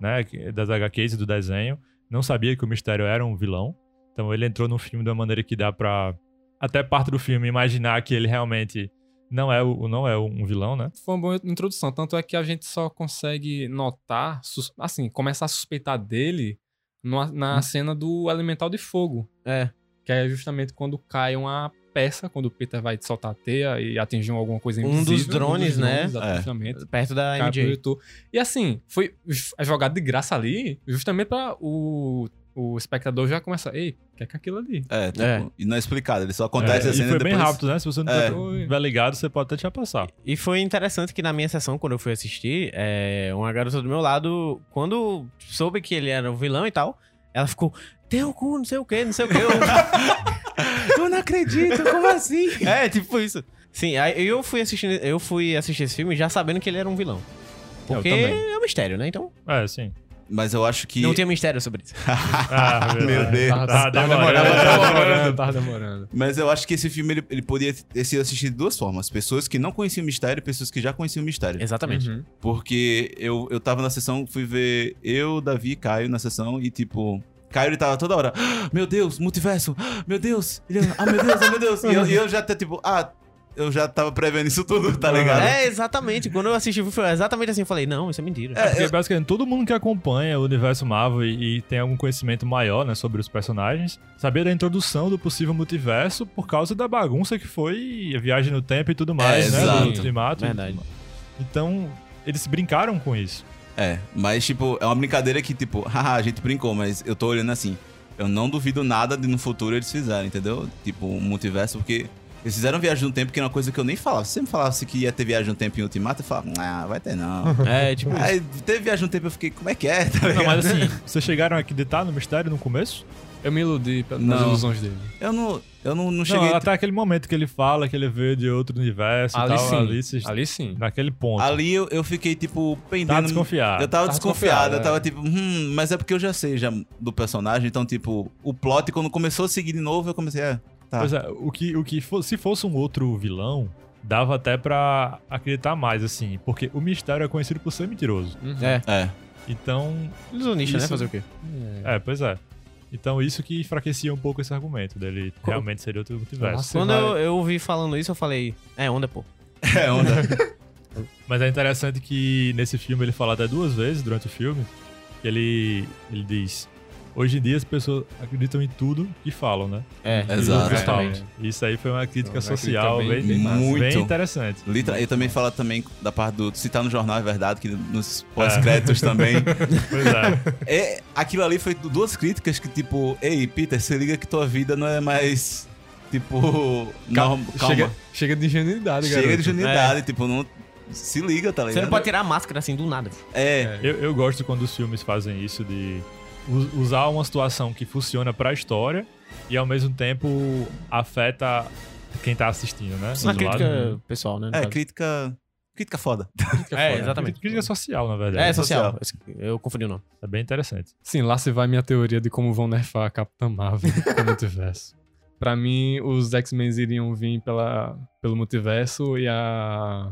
né? que- Das HQs e do desenho. Não sabia que o mistério era um vilão. Então ele entrou no filme de uma maneira que dá pra. Até parte do filme imaginar que ele realmente Não é, o, não é um vilão, né? Foi uma boa introdução. Tanto é que a gente só consegue notar, sus- assim, começar a suspeitar dele numa- na cena do Elemental de Fogo. Hum. É. Que é justamente quando cai uma peça, quando o Peter vai soltar a teia e atingir alguma coisa Um invisível. dos drones, né? É. Exatamente. Perto da Cara, MJ. projetou. E assim, foi ju- jogado de graça ali, justamente pra o, o espectador já começar. Ei, o que é que é aquilo ali? É, tipo, É. e não é explicado, ele só acontece É, assim e né, foi depois. bem rápido, né? Se você não É. tiver ligado, você pode até já passar. E foi interessante que na minha sessão, quando eu fui assistir, é, uma garota do meu lado, quando soube que ele era o vilão e tal, ela ficou, teu cu, não sei o que, não sei o que. Eu, eu não acredito, como assim? É, tipo isso. Sim, aí eu fui assistindo, eu fui assistir esse filme já sabendo que ele era um vilão. Porque também. é um mistério, né? Então, É, sim. Mas eu acho que. não tinha mistério sobre isso. Ah, Meu verdade. Deus. Tá, demorando. Tava demorando, tava demorando. Mas eu acho que esse filme ele, ele poderia ter sido assistido de duas formas: pessoas que não conheciam o mistério e pessoas que já conheciam o mistério. Exatamente. Uhum. Porque eu, eu tava na sessão, fui ver eu, Davi e Caio na sessão e tipo. Caio ele tava toda hora, "Ah, meu Deus, multiverso, ah, meu Deus, ele, ah, meu Deus, ah, meu Deus. E eu, e eu já até tipo, ah, eu já tava prevendo isso tudo, tá ligado? É, exatamente. Quando eu assisti, foi exatamente assim. Eu falei, não, isso é mentira. É, porque basicamente todo mundo que acompanha o universo Marvel e, e tem algum conhecimento maior né, sobre os personagens, sabia da introdução do possível multiverso por causa da bagunça que foi a viagem no tempo e tudo mais, né? É, exato. Do Ultimato. Verdade. Então, eles brincaram com isso. É, mas tipo, é uma brincadeira que tipo, haha, a gente brincou, mas eu tô olhando assim. Eu não duvido nada de no futuro eles fizerem, entendeu? Tipo, um multiverso, porque eles fizeram viagem no tempo, que era uma coisa que eu nem falava. Se você me falasse que ia ter viagem no tempo em Ultimato, eu falava, ah, vai ter não. É, tipo isso. Aí teve viagem no tempo, eu fiquei, como é que é? Tá Não, ligado? mas assim, vocês chegaram a acreditar no mistério no começo? Eu me iludi pe- nas Não. ilusões dele. Eu não, eu não, não Não, tá cheguei. tipo, até aquele momento que ele fala que ele veio de outro universo Ali e tal. sim. Ali, vocês- Ali sim. naquele ponto. Ali eu, eu fiquei, tipo, tá pendendo. desconfiado. eu tava Tá desconfiado, desconfiado, eu tava tipo, hum, mas é porque eu já sei já do personagem, então, tipo, o plot, quando começou a seguir de novo, eu comecei a. Tá. Pois é, o que, o que fo- se fosse um outro vilão, dava até pra acreditar mais, assim. Porque o mistério é conhecido por ser mentiroso. Uhum. É. É. Então. Eles não nicham, né? Isso- Fazer o quê? É, pois é. Então isso que enfraquecia um pouco esse argumento dele realmente seria outro multiverso. Nossa. Você Quando vai- eu, eu ouvi falando isso, eu falei, é onda, pô. É onda. Mas é interessante que nesse filme ele fala até duas vezes durante o filme. que Ele, ele diz: Hoje em dia as pessoas acreditam em tudo que falam, né? É, E Exato. nunca falam. Justamente. Isso aí foi uma crítica Uma crítica social bem- bem, bem massa. Muito. bem interessante. Literal, e também fala também da parte do se tá no jornal é verdade, que nos pós-créditos também. Pois é. É, aquilo ali foi du- duas críticas que tipo, ei, Peter, se liga que tua vida não é mais tipo, Cal- norm- calma. Chega, chega de ingenuidade, Chega galera. de É. ingenuidade, tipo, não se liga, tá ligado? Você não pode tirar a máscara assim do nada. É, Eu, eu gosto quando os filmes fazem isso de us- usar uma situação que funciona pra história e ao mesmo tempo afeta quem tá assistindo, né? Uma Do é crítica lado. pessoal, né? no é, caso. crítica crítica foda. É, exatamente. Crítica social, na verdade. É, social. Eu confundi o nome. É bem interessante. Sim, lá se vai minha teoria de como vão nerfar a Capitã Marvel no multiverso. Pra mim, os X-Men iriam vir pela, pelo multiverso e a.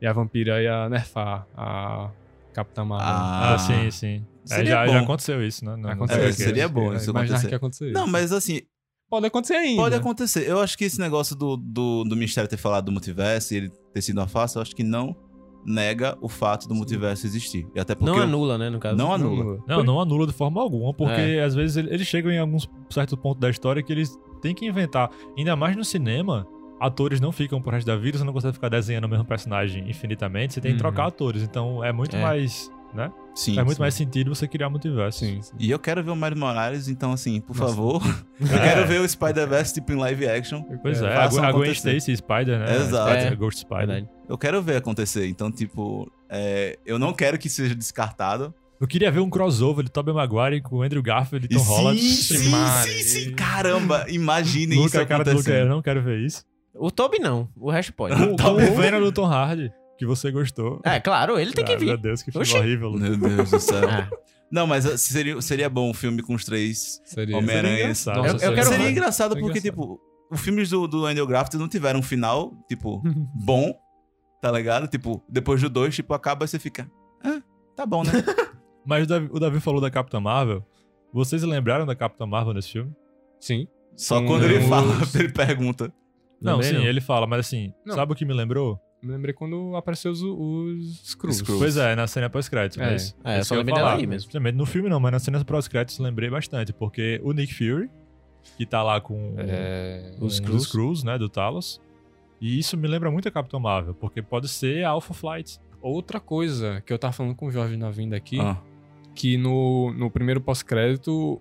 E a vampira ia nerfar a Capitã Marvel. Ah, sim, sim. É, Seria já, bom. já aconteceu isso, né? No- Aconteceu É, isso. seria bom Eu isso imaginava acontecer. que ia acontecer Não, isso. mas assim, Pode acontecer ainda. né? Pode acontecer. Eu acho que esse negócio do, do, do Ministério ter falado do multiverso e ele ter sido uma farsa, eu acho que não nega o fato do multiverso existir. E até porque Não é eu- anula, né, no caso. é- não Não, anula. Não, não anula de forma alguma, porque às vezes ele- eles chegam em alguns certo ponto da história que eles têm que inventar. Ainda mais no cinema, atores não ficam pro resto da vida, você não consegue ficar desenhando o mesmo personagem infinitamente, você tem que Uhum. trocar atores. Então é muito É. mais. Né? Sim. é muito mais sentido você criar multiverso. Sim, sim. E eu quero ver o Mário Morales, então assim, por Nossa. favor. É. Eu quero ver o Spider-Verse tipo em live action. Pois é, a, façam Gwen- a Gwen acontecer. Stacy e Spider, né? Exato. Spider- Ghost Spider. Verdade. Eu quero ver acontecer. Então, tipo, é, eu não quero que seja descartado. Eu queria ver um crossover de Tobey Maguire com o Andrew Garfield e Tom sim, Holland. sim, Maria. sim, sim. Caramba, imaginem isso Luca, a cara do Luca, eu acontecendo. não quero ver isso. O Toby não. O resto pode. Com, com bom. o Venom do Tom Hardy, que você gostou. é, claro, ele tem que Ah, Meu vir. Deus, que filme Oxi. horrível, Luca. Meu Deus do céu. É. Ah, Não, mas ah, seria, seria bom um filme com os três Seria. Homem-Aranha. é engraçado. Nossa, Eu- eu quero seria ver. engraçado Seria porque, engraçado. tipo, os filmes do, do Andrew Garfield não tiveram um final, tipo, bom, tá ligado? Tipo, depois do dois, tipo, acaba e você fica. Ah, tá bom, né? Mas o Davi, o Davi falou da Capitã Marvel. Vocês lembraram da Capitã Marvel nesse filme? Sim. Só Hum, quando ele não. fala, ele pergunta. Não, Lembrei, sim, não. ele fala, mas assim, Não. sabe o que me lembrou? Me lembrei quando apareceu os, os Skrulls. Skrulls. Pois é, na cena pós-crédito, É. mas. É, eu isso só que lembrei ia dela falar. aí mesmo. Principalmente no filme não, mas na cena pós-créditos eu lembrei bastante, porque o Nick Fury, que tá lá com É, os Os um Skrulls. dos Skrulls, né, do Talos. E isso me lembra muito a Capitão Marvel, porque pode ser a Alpha Flight. Outra coisa que eu tava falando com o Jorge na vinda aqui, Ah, que no, no primeiro pós-crédito,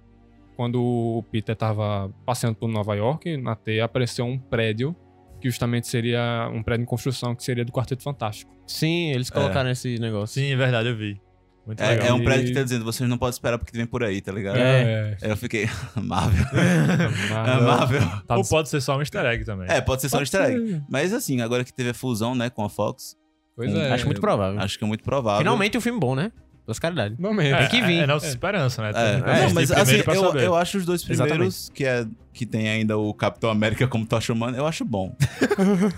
quando o Peter tava passeando por Nova York, na teia, apareceu um prédio que justamente seria um prédio em construção, que seria do Quarteto Fantástico. Sim, eles colocaram esse negócio. Sim, é verdade, eu vi. Muito legal. é, é um E- prédio que tá dizendo, vocês não podem esperar porque vem por aí, tá ligado? É. Aí Eu fiquei, Marvel, É, Mas- Marvel. tá Ou pode ser só um easter egg também. Ah, É, pode ser só um easter egg. Mas assim, agora que teve a fusão, né, com a Fox, Pois Hum, é. Acho muito provável. acho que é muito provável. Finalmente um filme bom, né? Das caridades. Momento. É, tem que vir. É, nossa esperança, né? É, Tem que é, assistir mas assim, primeiro pra eu, saber. eu acho os dois primeiros, que, é, que tem ainda o Capitão América como tá chamando, eu acho bom.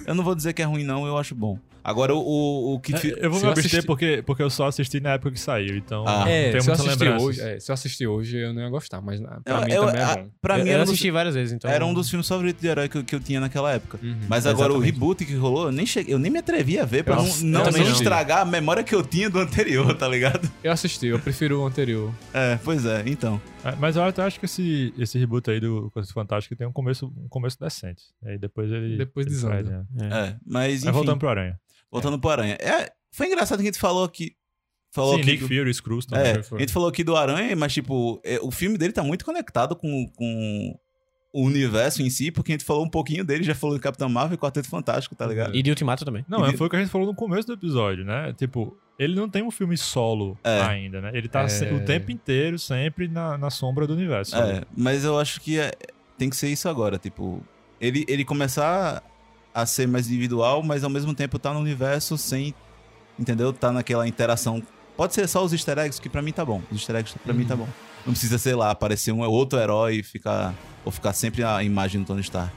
eu não vou dizer que é ruim, não, eu acho bom. Agora, o, o, o que. É, fi- Eu vou Se me eu abster assisti- porque, porque eu só assisti na época que saiu, então Ah. não É, tenho se, eu muitas assistir lembranças. hoje, é, se eu assistir hoje, eu não ia gostar, mas na- pra Eu- mim eu- também a- é bom. pra eu, mim, eu era, um dos, assisti várias vezes, então. era um dos filmes favoritos de herói que, eu- que eu tinha naquela época. Uhum. Mas agora o exatamente. reboot que rolou, eu nem, cheguei, eu nem me atrevi a ver pra Eu não, ass- eu não, não também não. estragar a memória que eu tinha do anterior, tá ligado? Eu assisti, eu prefiro o anterior. É, pois é, então. É, Mas eu até acho que esse, esse reboot aí do Coisa Fantástica tem um começo, um começo decente. Aí depois ele. Depois ele desanda. perde, né? É. É, mas enfim, Mas voltando voltando, pro Aranha. pro Aranha. É, foi engraçado que a gente falou aqui. Falou Sim, aqui Nick do- Fury, Scrooge também. É, foi, foi. a gente falou aqui do Aranha, mas, tipo, é, o filme dele tá muito conectado com, com o universo em si, porque a gente falou um pouquinho dele, já falou do Capitão Marvel e Quarteto Fantástico, tá ligado? E de Ultimato também. Não, E é, de- foi o que a gente falou no começo do episódio, né? Tipo, ele não tem um filme solo É. ainda, né? Ele tá É. se- o tempo inteiro sempre na, na sombra do universo. É, mas eu acho que é- tem que ser isso agora, tipo, ele, ele começar a ser mais individual, mas ao mesmo tempo tá no universo sem, entendeu? Tá naquela interação. Pode ser só os easter eggs, que pra mim tá bom. Os easter eggs pra mim tá bom. Não precisa, sei lá, aparecer um outro herói e ficar... Ou ficar sempre a imagem do Tony Stark.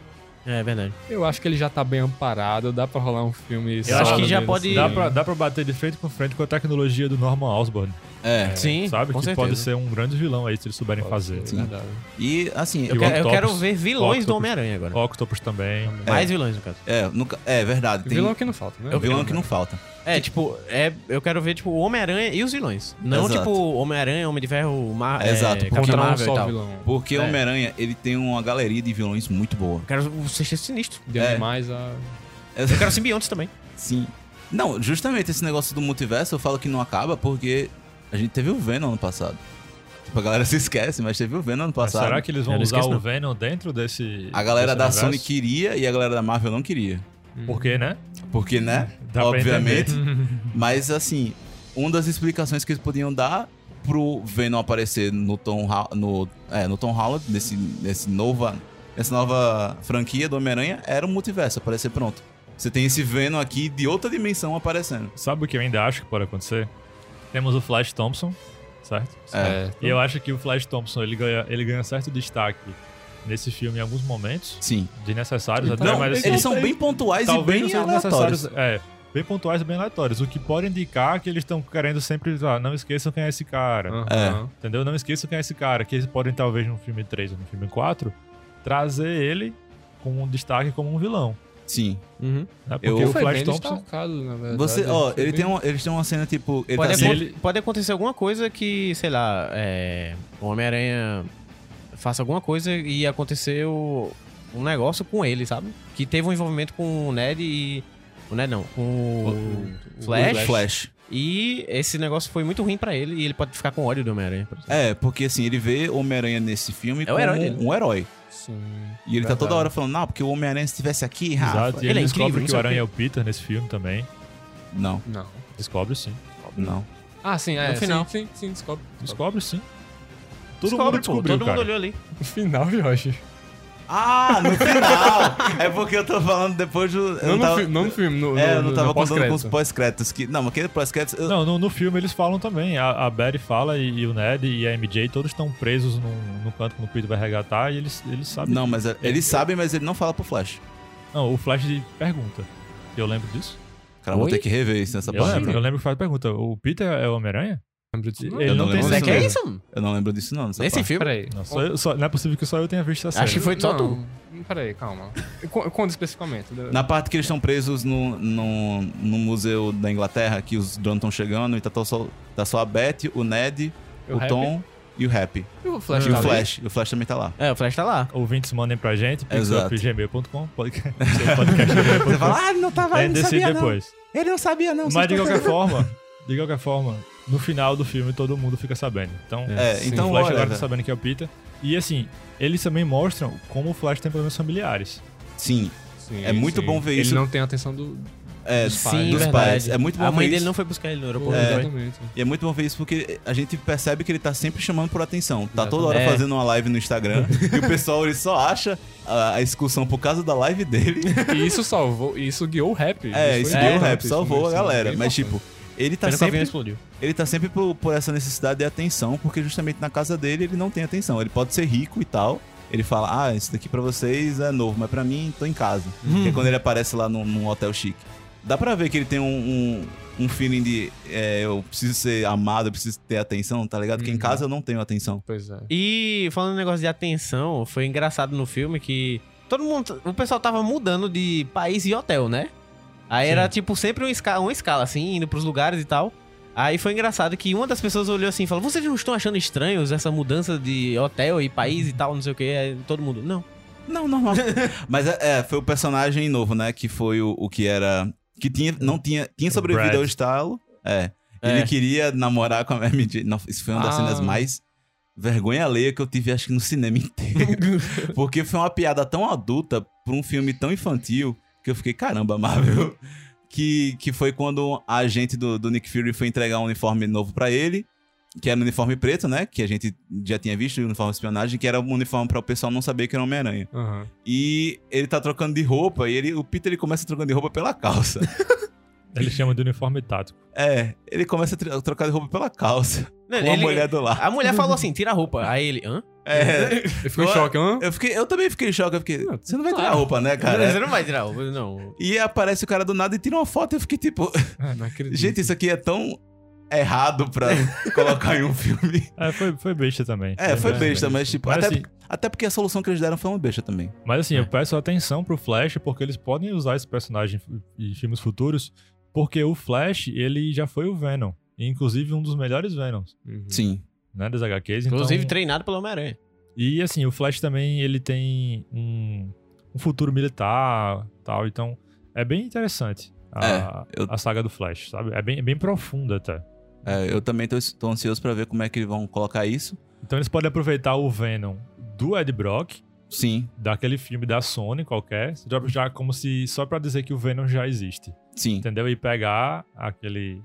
É verdade. Eu acho que ele já tá bem amparado, dá pra rolar um filme. assim. Eu acho que já dele, pode- Dá Sim. pra, dá pra bater de frente com frente com a tecnologia do Norman Osborn, É. Sim, sabe? com que certeza. pode ser um grande vilão aí se eles souberem Pode fazer. né? né? ser, verdade. E, assim... E Eu, o quero, eu Octopus. quero ver vilões do Octopus. Homem-Aranha agora. Octopus também. Mais vilões, no caso. É, nunca, é verdade. Tem, Vilão que não falta, né? É o vilão que não falta. É, tipo, é, eu quero ver, tipo, o Homem-Aranha e os vilões. Não, Exato. tipo, Homem-Aranha, Homem de Ferro, Mar... é, Exato, porque Capitão Contra um Marvel e só tal. vilão. Porque É. o Homem-Aranha, ele tem uma galeria de vilões muito boa. Eu quero o Sexteto Sinistro. De É. animais a. Eu quero simbiontes também. Sim. Não, justamente esse negócio do multiverso eu falo que não acaba porque a gente teve o Venom ano passado. Tipo, a galera se esquece, mas teve o Venom ano Mas passado. será que eles vão Eu não usar esqueço, o não. Venom dentro desse. A galera desse da Sony universo? queria e a galera da Marvel não queria. Hum. Porque, né? Porque, né? Dá pra obviamente. entender. Mas, assim, uma das explicações que eles podiam dar pro Venom aparecer no Tom, Ho- no, é, no Tom Holland, nesse, nesse nova, nessa nova franquia do Homem-Aranha, era um multiverso aparecer pronto. Você tem esse Venom aqui de outra dimensão aparecendo. Sabe o que eu ainda acho que pode acontecer? Temos o Flash Thompson, certo? É. É. E eu acho que o Flash Thompson ele ganha, ele ganha certo destaque nesse filme em alguns momentos, Sim. desnecessários até, Não, mas assim, eles são bem pontuais e talvez bem não sejam necessários. aleatórios. É, bem pontuais e bem aleatórios. O que pode indicar que eles estão querendo sempre. Ah, não esqueçam quem é esse cara. Aham. Entendeu? Não esqueçam quem é esse cara. Que eles podem, talvez, no filme 3 ou no filme 4, trazer ele com um destaque como um vilão. Sim. Uhum. né? Porque Eu- o Foi Flash bem Thompson. destacado, na verdade. Você, ó, Foi ele bem- tem um, eles têm uma cena tipo. Ele Pode, tá acon- sempre- acon- pode acontecer alguma coisa que, sei lá, é, o Homem-Aranha faça alguma coisa e aconteceu um negócio com ele, sabe? Que teve um envolvimento com o Ned e. O Ned não, com o, Flash. Flash. E esse negócio foi muito ruim pra ele e ele pode ficar com ódio do Homem-Aranha. por exemplo. É, porque assim, ele vê Homem-Aranha nesse filme É o herói dele. um herói. Sim. E ele tá Verdade. toda hora falando, não, porque o Homem-Aranha estivesse aqui, Rafa. Exato. E ele ele é descobre que incrível, não sei o o Aranha é o Peter nesse filme também. Não, Não. Descobre sim. não. Ah, sim, é. No sim, final. Sim, sim, descobre. Descobre sim. Todo Descobre, mundo pô, descobriu, todo cara. mundo olhou ali. No final, Jorge. Ah, no final! é porque eu tô falando depois do. Eu Não, não no tava, fi- não no filme, no, é, no, eu não no tava contando com pós-crédito. os pós-créditos. Que, não, mas aquele pós-crédito. eu- Não, no, no filme eles falam também. A, a Betty fala e, e o Ned e a MJ, todos estão presos num, num canto que o Peter vai regatar e eles, eles sabem. Não, mas é- eles sabem, mas ele não fala pro Flash. Não, o Flash pergunta. Eu lembro disso. Cara, vou Oi? ter que rever isso nessa eu, parte. lembro, eu lembro que o Flash pergunta: o Peter é o Homem-Aranha? lembro disso. Ele Eu não, não lembro tem Como é disso, certeza. que é isso, mano? Eu não lembro disso, não. nessa Nesse parte. filme? Peraí. Não, só eu- só- não é possível que só eu tenha visto essa Acho que série. foi só tu. Não, Peraí, calma. E qu- Quando especificamente? Na parte que eles estão presos no, no, no museu da Inglaterra, que os drones estão chegando e tá, tó só, tá só a Beth, o Ned, E o, o Happy? Tom e o Happy. E o Flash E o tá ali? Flash. O Flash também tá lá. É, o Flash tá lá. Ouvintes mandem pra gente, Exato. pixelpgmail.com, podcast. Você fala, ah, não tava, Aí É, decide depois. Ele não sabia, não. Mas de qualquer forma, de qualquer forma, no final do filme todo mundo fica sabendo. Então, É, sim, então o Flash olha, agora tá velho. sabendo que é o Peter. E assim, eles também mostram como o Flash tem problemas familiares. Sim, Sim, É muito bom ver isso. Ele não tem a atenção do. é, Dos sim, pais. dos verdade. pais. É muito bom A ver mãe isso. dele não foi buscar ele no aeroporto. né? É. foi? Exatamente. E é muito bom ver isso porque a gente percebe que ele tá sempre chamando por atenção. Tá toda hora É. fazendo uma live no Instagram e o pessoal ele só acha a, a excursão por causa da live dele. E isso salvou, e isso guiou o rap. É, foi isso deu importante, rap, isso salvou mesmo, a galera. bem Mas, importante. tipo, ele tá Pena que o avião sempre explodiu. Ele tá sempre por, por essa necessidade de atenção, porque justamente na casa dele ele não tem atenção. Ele pode ser rico e tal. Ele fala, ah, isso daqui pra vocês é novo, mas pra mim tô em casa. Que é quando ele aparece lá num, num hotel chique. Dá pra ver que ele tem um, um, um feeling de é, eu preciso ser amado, eu preciso ter atenção, tá ligado? Porque em casa eu não tenho atenção. Pois é. E falando em negócio de atenção, foi engraçado no filme que todo mundo, o pessoal tava mudando de país e hotel, né? Aí era tipo sempre uma escala, uma escala assim, indo pros lugares e tal. Aí foi engraçado que uma das pessoas olhou assim e falou: "Vocês não estão achando estranhos essa mudança de hotel e país e tal, não sei o quê?" Aí todo mundo: "Não". Não, normal. mas é, é, foi o personagem novo, né? Que foi o, o que era. Que tinha, não tinha. Tinha sobrevivido Brad. ao estalo. É. É. Ele queria namorar com a MJ. Não, isso foi uma das Ah. cenas mais vergonha alheia que eu tive, acho que no cinema inteiro. Porque foi uma piada tão adulta pra um filme tão infantil que eu fiquei, caramba, Marvel. Que, que foi quando a agente do, do Nick Fury foi entregar um uniforme novo pra ele, que era um uniforme preto, né? Que a gente já tinha visto, o uniforme de espionagem, que era um uniforme pra o pessoal não saber que era um Homem-Aranha. Aham. E ele tá trocando de roupa e ele, o Peter ele começa trocando de roupa pela calça. Eles chamam de uniforme tático. é, ele começa a tro- trocar de roupa pela calça. Não, com a ele- mulher do lado. A mulher falou assim: "Tira a roupa". Aí ele: "Hã? É, Eu fico em Agora- choque, hã? eu, fiquei, eu também fiquei em choque. Eu fiquei, você não vai tirar a claro. roupa, né, Você cara? é. não vai tirar a roupa, não". E aparece o cara do nada e tira uma foto. Eu fiquei tipo, Ah, não acredito. gente, isso aqui é tão errado pra colocar em um filme. É, foi, foi besta também. Né? É, foi besta, mas tipo, Mas até, assim, até porque a solução que eles deram foi uma besta também. Mas assim, eu peço atenção pro Flash, porque eles podem usar esse personagem em filmes futuros, porque o Flash, ele já foi o Venom. E, Inclusive um dos melhores Venoms, Uhum. Sim. né, das HQs. Então, Inclusive treinado pelo Homem-Aranha. E assim, o Flash também, ele tem um, um futuro militar, tal, então é bem interessante a, É, eu- a saga do Flash, sabe? É bem, é bem profunda até. É, eu também tô, tô ansioso pra ver como é que eles vão colocar isso. Então eles podem aproveitar o Venom do Ed Brock, Sim, daquele filme da Sony qualquer, já, já como se só pra dizer que o Venom já existe. sim. entendeu? E pegar aquele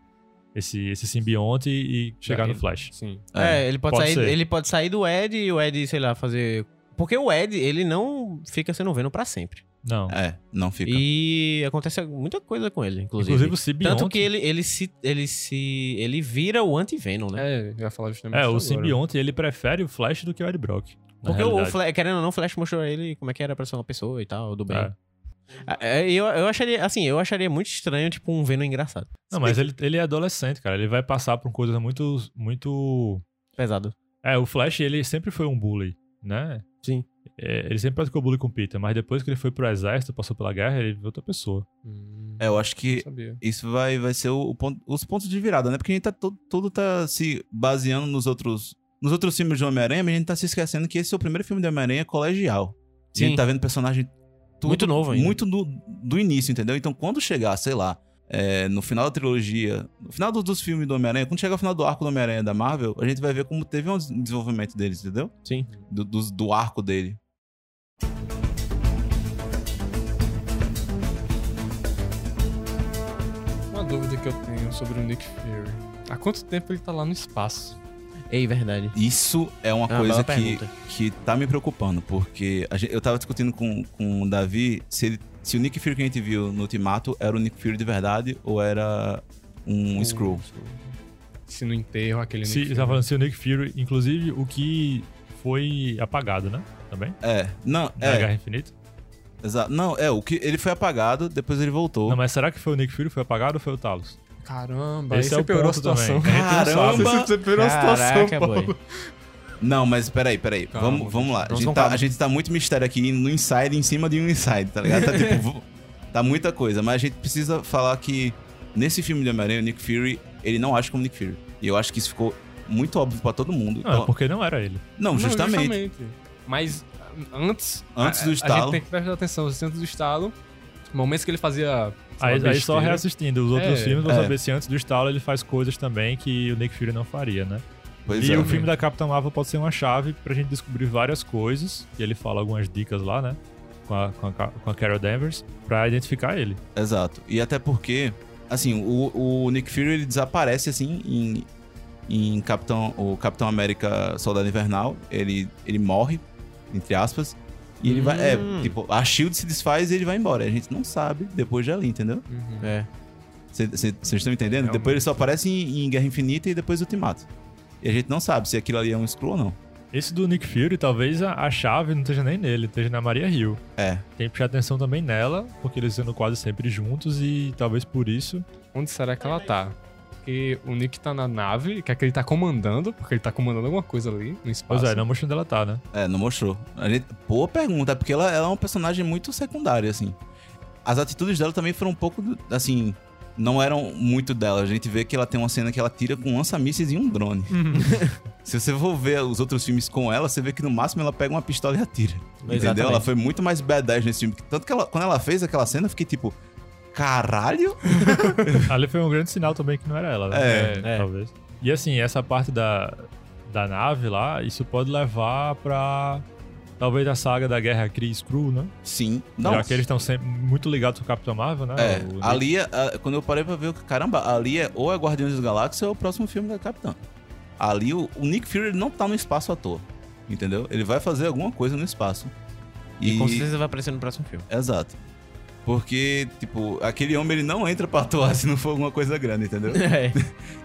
esse, esse simbionte e chegar no Flash. Sim. É. É, ele pode, Pode sair, ser. ele pode sair do Ed e o Ed, sei lá, fazer. Porque o Ed, ele não fica sendo Venom pra sempre. Não. É, não fica. E acontece muita coisa com ele, inclusive. Inclusive o simbionte. Tanto que ele, ele se. ele se. ele vira o anti-Venom, né? É, eu ia falar justamente É, isso o agora. simbionte, ele prefere o Flash do que o Ed Brock. na Porque o realidade. Flash, querendo ou não, o Flash mostrou ele como é que era pra ser uma pessoa e tal, do bem. É. É, Eu, eu acharia, assim, eu acharia muito estranho, tipo, um Venom engraçado. Não, mas ele, ele é adolescente, cara. Ele vai passar por coisas muito muito Pesado. É, o Flash, ele sempre foi um bully, né? Sim. É, ele sempre praticou bullying com o Peter, mas depois que ele foi pro exército, passou pela guerra, ele virou outra pessoa. Hum, É, eu acho que não sabia. isso vai, vai ser o, o ponto- os pontos de virada, né? Porque a gente tá todo, todo tá se baseando nos outros nos outros filmes de Homem-Aranha, mas a gente tá se esquecendo que esse é o primeiro filme de Homem-Aranha colegial. E a Sim. gente tá vendo personagem tudo- Muito novo ainda. Muito do, do início, entendeu? Então quando chegar, sei lá, é, no final da trilogia, no final do- dos filmes do Homem-Aranha, quando chegar ao final do arco do Homem-Aranha da Marvel, a gente vai ver como teve um des- desenvolvimento deles, entendeu? Sim. Do, dos- do arco dele. Uma dúvida que eu tenho sobre o Nick Fury. Há quanto tempo ele tá lá no espaço? Ei, verdade. Isso é uma É uma coisa bela que, pergunta. que tá me preocupando, porque a gente- eu tava discutindo com, com o Davi se, ele- se o Nick Fury que a gente viu no Ultimato era o Nick Fury de verdade ou era um O- Screw. Se no enterro, aquele Se, Nick Fury. tá falando assim, o Nick Fury, inclusive, o que foi apagado, né? Também? É, não, Na é, Guerra Infinita. exato. Não, é, o que ele foi apagado, depois ele voltou. Não, mas será que foi o Nick Fury que foi apagado ou foi o Talos? Caramba, Esse aí você é o piorou a ponto situação. também. A gente não Caramba! sabe. Você, você piorou a situação, Caraca, Paulo. boy. Não, mas peraí, peraí. Calma, vamos, vamos lá. A Vamos gente, com tá, calma. a gente tá muito mistério aqui no inside em cima de um inside, tá ligado? Tá, tipo, vo- tá muita coisa. Mas a gente precisa falar que nesse filme de Homem-Aranha, o Nick Fury, ele não age como Nick Fury. E eu acho que isso ficou muito óbvio pra todo mundo. Não, Então- é porque não era ele. não, justamente. Mas a- antes. Antes do a- A estalo. gente tem que prestar atenção. Antes do estalo, momentos que ele fazia. sei Aí, lá, aí só besteira. reassistindo os outros É, filmes, vou é. saber se antes do estalo ele faz coisas também que o Nick Fury não faria, né? Pois e é. o filme da Capitã Marvel pode ser uma chave pra gente descobrir várias coisas. E ele fala algumas dicas lá, né? Com a, com a, Ca- com a Carol Danvers, pra identificar ele. Exato. E até porque, assim, o, o Nick Fury ele desaparece assim em, em Capitão, o Capitão América Soldado Invernal. Ele, ele morre, entre aspas. E ele vai. É, Hum. tipo, a Shield se desfaz e ele vai embora. A gente não sabe depois de ali, entendeu? É. Vocês estão entendendo? Realmente. Depois ele só aparece em, em Guerra Infinita e depois Ultimato. E a gente não sabe se aquilo ali é um screw ou não. Esse do Nick Fury, talvez a, a chave não esteja nem nele, esteja na Maria Hill. É. Tem que prestar atenção também nela, porque eles andam quase sempre juntos e talvez por isso. Onde será que ela tá? Porque o Nick tá na nave, que é que ele tá comandando, porque ele tá comandando alguma coisa ali no espaço. Pois é, não mostra onde ela tá, né? É, não mostrou. A gente- boa pergunta, porque ela, ela é um personagem muito secundário, assim. As atitudes dela também foram um pouco, do- assim, não eram muito dela. A gente vê que ela tem uma cena que ela tira com lança-mísseis e um drone. Se você for ver os outros filmes com ela, você vê que no máximo ela pega uma pistola e atira. Entendeu? Ela Exatamente. foi muito mais badass nesse filme. Tanto que ela- quando ela fez aquela cena, eu fiquei tipo, caralho? Ali foi um grande sinal também que não era ela, né? É. É. Talvez. E assim, essa parte da, da nave lá, isso pode levar pra. Talvez a saga da guerra Kree Screw, né? Sim. Não. Já que eles estão sempre muito ligados com o Capitão Marvel, né? É, O- ali, é- a- quando eu parei pra ver, eu- caramba, ali é ou é Guardiões da Galáxia ou é o próximo filme da Capitã. Ali o, o Nick Fury ele não tá no espaço à toa, entendeu? Ele vai fazer alguma coisa no espaço. E com certeza vai aparecer no próximo filme. Exato. Porque, tipo, aquele homem ele não entra pra atuar se não for alguma coisa grande, entendeu? É.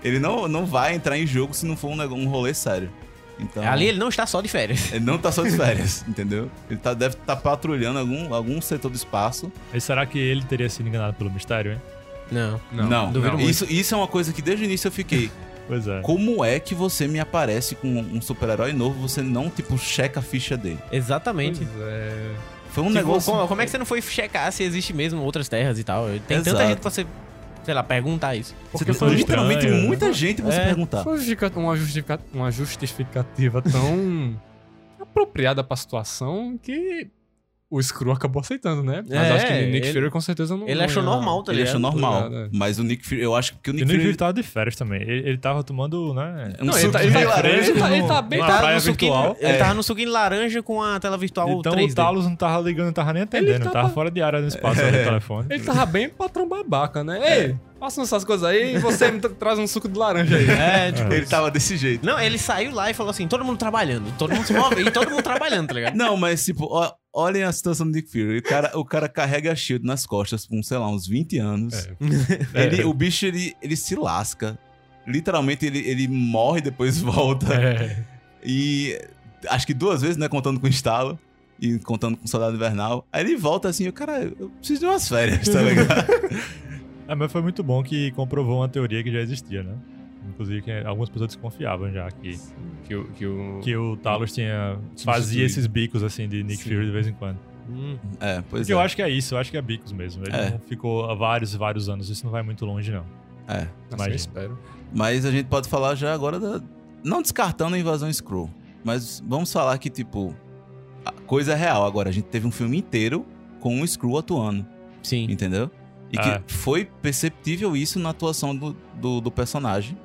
ele não, não vai entrar em jogo se não for um, nego- um rolê sério. Então, É, Ali ele não está só de férias. ele não tá só de férias, entendeu? Ele tá, deve estar patrulhando algum, algum setor do espaço. E será que ele teria sido enganado pelo mistério, hein? Não. Não, duvido muito. Isso, isso é uma coisa que desde o início eu fiquei. Pois é. Como é que você me aparece com um super-herói novo, você não, tipo, checa a ficha dele? Exatamente. Pois é. Foi um Tipo, negócio. como, como é que você não foi checar se existe mesmo outras terras e tal? Tem Exato. tanta gente pra você, sei lá, perguntar isso. Você Porque tem foi literalmente estranho, né? muita gente pra você É. perguntar. Foi justifica- uma, justifica- uma justificativa tão apropriada pra situação que o Screw acabou aceitando, né? Mas É, acho que Nick ele- Fury com certeza não. Ele não achou ia- normal, tá Ele ligado? achou normal. Obrigado, é. Mas o Nick Fury, eu acho que o E o Nick Nick Fury. Fury tava de férias também. Ele, ele tava tomando, né? é um Não, ele tá, suco ele tá- de laranja. ele tá- ele tá num- bem. numa Tava praia no suquinho- virtual. é. Ele tava no suquinho laranja com a tela virtual Então 3D. o Talos não tava ligando, não tava nem Ele atendendo. tava- Tava... fora de área no É. espaço ali no telefone. Ele tava bem patrão babaca, né? É. Ei, façam essas coisas aí e você me tra- traz um suco de laranja aí. É, tipo... Ele tava desse jeito. Não, ele saiu lá e falou assim, todo mundo trabalhando, todo mundo se move e todo mundo trabalhando, tá ligado? Não, mas, tipo, ó- olhem a situação do Nick Fury. O cara, o cara carrega a shield nas costas por, sei lá, uns 20 anos. É, Ele, O bicho, ele, ele se lasca. Literalmente, ele, ele morre e depois volta. É. E acho que duas vezes, né? Contando com o estalo e contando com o soldado invernal. Aí ele volta assim, eu, cara, eu preciso de umas férias, tá ligado? É, mas foi muito bom que comprovou uma teoria que já existia, né? Inclusive, que algumas pessoas desconfiavam já que, Que o. Que o... que o Talos tinha, fazia Substituído. esses bicos assim de Nick Sim. Fury de vez em quando. Hum, é, pois Porque é. eu acho que é isso, eu acho que é bicos mesmo. Ele É. não ficou há vários, vários anos, isso não vai muito longe, não. É. Nossa, assim eu Imagina. espero. Mas a gente pode falar já agora da. Não descartando a invasão Screw. Mas vamos falar que, tipo, a coisa é real agora. A gente teve um filme inteiro com um Screw atuando, Sim. É. entendeu? E Ah. que foi perceptível isso na atuação do, do, do personagem.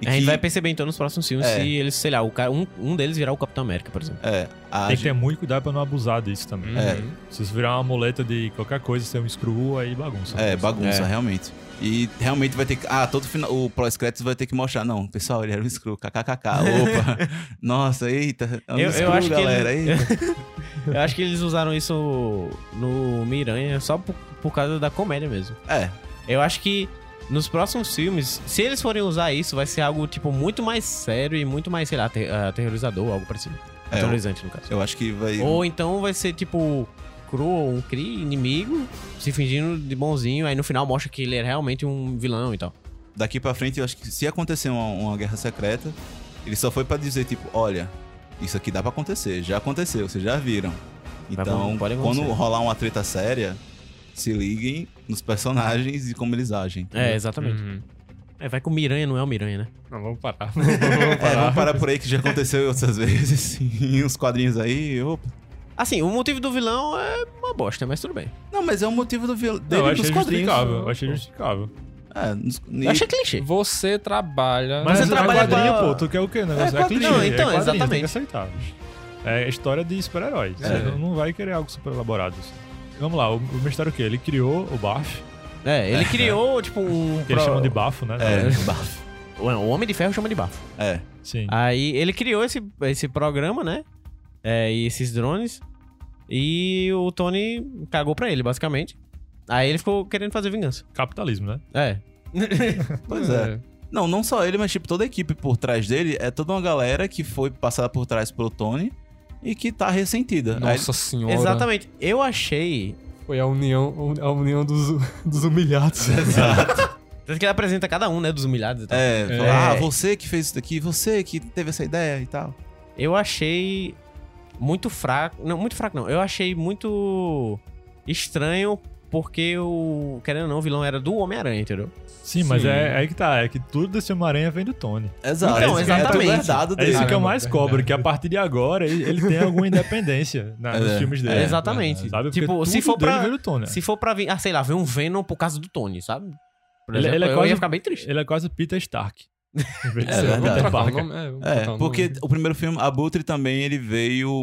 E a gente que, vai perceber então nos próximos filmes É. se eles, sei lá, o cara, um, um deles virar o Capitão América, por exemplo. É, a Tem que gente- É. ter muito cuidado pra não abusar disso também. É. Uhum. Se isso virar uma muleta de qualquer coisa, ser um screw, aí bagunça. É, bagunça, É. realmente. E realmente vai ter que. Ah, todo final. O Proscretos vai ter que mostrar. Não, pessoal, ele era um screw. KKKK. Opa. Nossa, eita. É um Eu- eu screw, acho que galera. ele- eita. Eu acho que eles usaram isso no Miranha só por, por causa da comédia mesmo. É, Eu acho que nos próximos filmes, se eles forem usar isso, vai ser algo, tipo, muito mais sério e muito mais, sei lá, ater- aterrorizador, algo parecido. É, Aterrorizante, no caso. eu acho que vai. Ou então vai ser, tipo, Cru ou um Cree, inimigo, se fingindo de bonzinho, aí no final mostra que ele é realmente um vilão e tal. daqui pra frente, eu acho que se acontecer uma, uma guerra secreta, ele só foi pra dizer, tipo, olha, isso aqui dá pra acontecer, já aconteceu, vocês já viram. Vai Então, bom, pode quando acontecer. rolar uma treta séria, se liguem nos personagens e como eles agem. É, exatamente. É, vai com o Miranha, não é o Miranha, né? Não, vamos parar. É, vamos parar por aí que já aconteceu outras vezes, sim, uns quadrinhos aí, opa. Assim, o motivo do vilão é uma bosta, mas tudo bem. Não, mas é o motivo do viol... Não, dele eu achei nos quadrinhos. né? justificável. Eu achei justificável. É, nos... Eu achei clichê. Você trabalha. Mas é você trabalha quadrinho, pra- pô. Tu quer o quê? Negócio? É É, quadrinho, clichê. não, então, é quadrinho, exatamente. tem que aceitar, bicho. É história de super-heróis. Você É. não- não vai querer algo super elaborado. assim. Vamos lá, o, o mistério é o quê? Ele criou o Baf, É, ele criou, tipo, um. que eles chamam de bafo, né? É, O o Homem de Ferro chama de bafo. é. Sim. Aí ele criou esse, esse programa, né? É, e esses drones. E o Tony cagou pra ele, basicamente. Aí ele ficou querendo fazer vingança. Capitalismo, né? É. Pois é. Não, não só ele, mas tipo, toda a equipe por trás dele é toda uma galera que foi passada por trás pelo Tony e que tá ressentida. Aí- Nossa senhora. Exatamente. Eu achei. Foi a união, a união dos, dos humilhados. Tanto que ele apresenta cada um, né? Dos humilhados e tal. é, É. fala, ah, você que fez isso daqui, você que teve essa ideia e tal. Eu achei muito fraco. Não, muito fraco não. Eu achei muito estranho porque o. Querendo ou não, o vilão era do Homem-Aranha, entendeu? Sim, mas Sim. é, é que tá. É que tudo desse Homem-Aranha vem do Tony. Exato. Então, é tudo exatamente. herdado É dele. isso que eu Caramba, mais cobro, que a partir de agora ele, ele tem alguma independência na- nos É, filmes dele. é, exatamente. Sabe? Porque Tipo, se tudo for dele pra- vem do Tony. né? Se for pra vir. Ah, sei lá, ver um Venom por causa do Tony, sabe? Por Ele- ele é eu quase- ia ficar bem triste. Ele é quase o Peter Stark. Em vez de É ser o verdade. Peter Trocar o Parker. nome, é, vamos trocar o É, nome. porque o primeiro filme, Abutre também, ele veio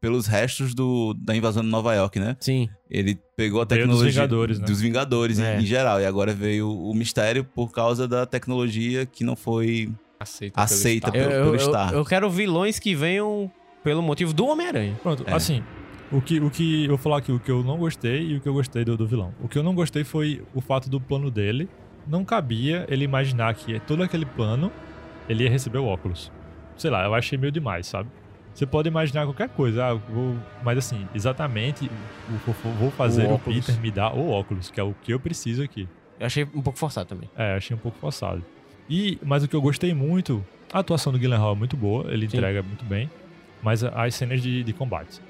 pelos restos do, da invasão de Nova York, né? Sim. Ele pegou a Veio dos tecnologia Vingadores, né? dos Vingadores em- É. em geral. E agora veio o mistério por causa da tecnologia que não foi aceita. pelo aceita Estado. pelo, Eu, pelo eu, eu, Stark. eu quero vilões que venham pelo motivo do Homem-Aranha. Pronto, É. assim, o que, o que eu vou falar aqui, o que eu não gostei e o que eu gostei do, do vilão. O que eu não gostei foi o fato do plano dele. Não cabia ele imaginar que é todo aquele plano ele ia receber o óculos. Sei lá, eu achei meio demais, sabe? Você pode imaginar qualquer coisa, ah, vou- mas assim, exatamente, o- o- vou, fazer o, óculos. Peter me dar o óculos, que é o que eu preciso aqui. Eu achei um pouco forçado também. É, achei um pouco forçado. E, mas o que eu gostei muito, a atuação do Guilherme Hall é muito boa, ele Sim. entrega muito bem, mas a- as cenas de- de combate.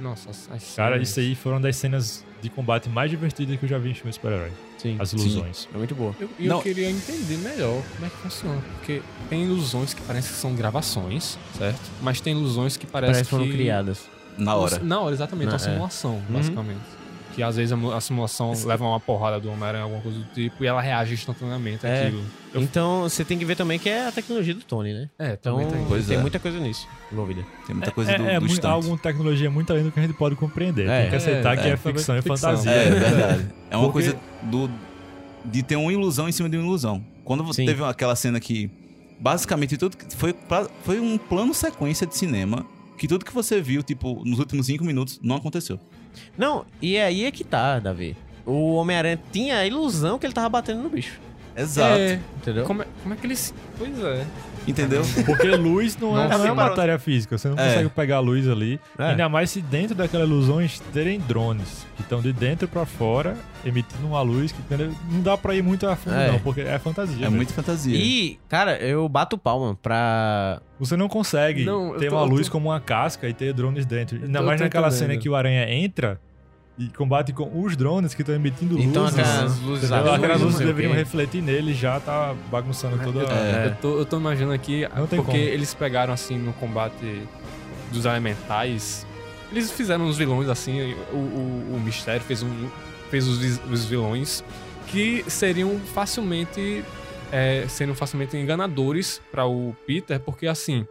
Nossa, as- as Cara, cenas. isso aí foram uma das cenas de combate mais divertidas que eu já vi em filme de super-herói. Sim. As ilusões. É muito boa. Eu, eu Não. queria entender melhor como é que funciona. Porque tem ilusões que parecem que são gravações, certo? Mas tem ilusões que parecem Parece que foram que... criadas. Na hora. Na hora, exatamente. Na- uma é. simulação, basicamente. Que às vezes a mu- a simulação leva uma porrada do Homem-Aranha, alguma coisa do tipo, e ela reage instantaneamente É. àquilo. Eu- Então, você tem que ver também que é a tecnologia do Tony, né? É, Então, também tem. Pois tem é. muita coisa nisso envolvida. Tem muita coisa é, do, é do muito- instante. algo, tecnologia muito além do que a gente pode compreender. É. Tem que aceitar É, que é, é, ficção e ficção. fantasia. É, é verdade. É uma Porque- coisa do, de ter uma ilusão em cima de uma ilusão. Quando você Sim. teve aquela cena que basicamente tudo que foi pra- foi um plano sequência de cinema que tudo que você viu tipo nos últimos cinco minutos não aconteceu. Não, e aí é que tá, Davi. O Homem-Aranha tinha a ilusão que ele tava batendo no bicho. Exato. É, Entendeu? como, é, como é que eles. Pois é. Entendeu? Porque luz não é, Nossa, não é separou- matéria física. Você não É. consegue pegar a luz ali. É. Ainda mais se dentro daquela ilusão terem drones que estão de dentro pra fora, emitindo uma luz que entendeu? não dá pra ir muito a fundo, É. não, porque é fantasia. É mesmo. muito fantasia. E, cara, eu bato palma pra. Você não consegue Não, eu ter tô- uma eu tô- luz como uma casca e ter drones dentro. Ainda tô- mais eu tô naquela entendendo. cena que o aranha entra e combate com os drones que estão emitindo luzes. Então, aquelas luzes entendeu? azuis, Aquelas não luzes sei o deveriam quê. refletir nele e já tá bagunçando toda a. É. Eu, tô, eu tô imaginando aqui, Não tem porque como. eles pegaram assim no combate dos elementais. Eles fizeram uns vilões assim, o, o, o mistério fez, um, fez os, vis- os vilões que seriam facilmente. É, seriam facilmente enganadores pra o Peter, porque assim,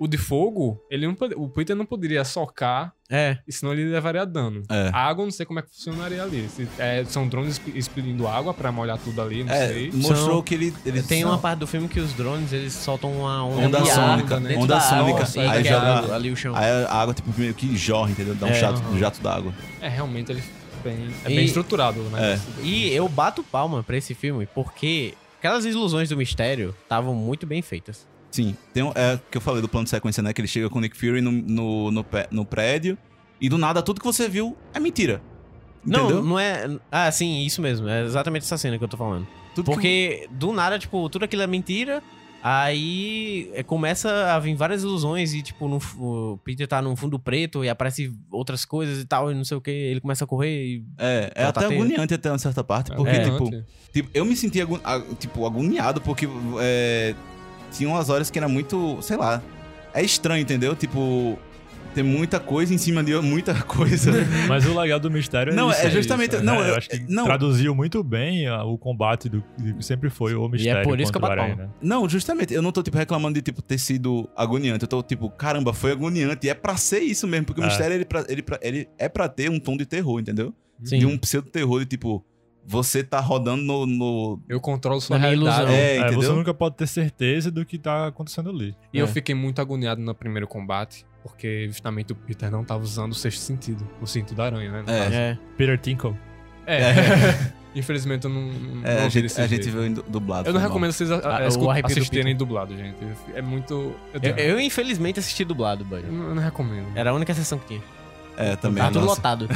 o de fogo, ele não, pod- o Peter não poderia socar, É. senão ele levaria dano. É. Ah, A água, não sei como é que funcionaria ali. Se- é, são drones exp- expelindo água pra molhar tudo ali, não É, sei. mostrou São- que ele, ele Tem são- uma parte do filme que os drones eles soltam uma onda, Onda de ar sônica, dentro onda da água, sônica. e Aí quebra joga- ali o chão. Aí a água tipo meio que jorra, entendeu? Dá um É, jato, aham. um jato d'água. É, realmente ele bem- é E- bem estruturado, né? É. E eu bato palma pra esse filme porque aquelas ilusões do mistério estavam muito bem feitas. Sim, tem um, é o que eu falei do plano de sequência, né? Que ele chega com o Nick Fury no, no, no, pé- no prédio e do nada tudo que você viu é mentira. Entendeu? Não, não é. Ah, sim, isso mesmo. É exatamente essa cena que eu tô falando. Tudo que- Porque do nada, tipo, tudo aquilo é mentira. Aí é, começa a vir várias ilusões e, tipo, no, f- o Peter tá num fundo preto e aparece outras coisas e tal, e não sei o que. Ele começa a correr e. É, é Ela tá até tendo- agoniante até uma certa parte, porque, É. tipo, tipo, eu me senti agu- a- tipo, agoniado, porque é, tinha umas horas que era muito, sei lá, é estranho, entendeu? Tipo, tem muita coisa em cima de muita coisa. né? Mas o legal do mistério é Não, isso, é justamente- isso, não, né? eu- eu acho que não. traduziu muito bem ah, o combate do que sempre foi o mistério por isso que eu contra o bato Aranha, palma. né? Não, justamente, eu não tô, tipo, reclamando de, tipo, ter sido agoniante. Eu tô, tipo, caramba, foi agoniante. E é pra ser isso mesmo, porque o É. mistério, ele, pra- ele, pra- ele é pra ter um tom de terror, entendeu? Sim. De um pseudo-terror de, tipo, você tá rodando no... no- Eu controlo sua Na minha realidade. ilusão. É, É, você entendeu? nunca pode ter certeza do que tá acontecendo ali. E eu É. fiquei muito agoniado no primeiro combate, porque justamente o Peter não tava usando o sexto sentido, o cinto da aranha, né? no É. caso. É. Peter Tinkle. É. Infelizmente eu não. não É, a vi gente, desse a gente jeito. viu em du- dublado. Eu não foi mal. recomendo vocês a, a- Ah, o escu- arrepio do assistirem dublado, gente. É muito. Eu, Eu, tenho- eu, infelizmente, assisti dublado, eu banho. não, eu não recomendo. Era a única sessão que tinha. É, também. Tá Tava tudo nossa. lotado.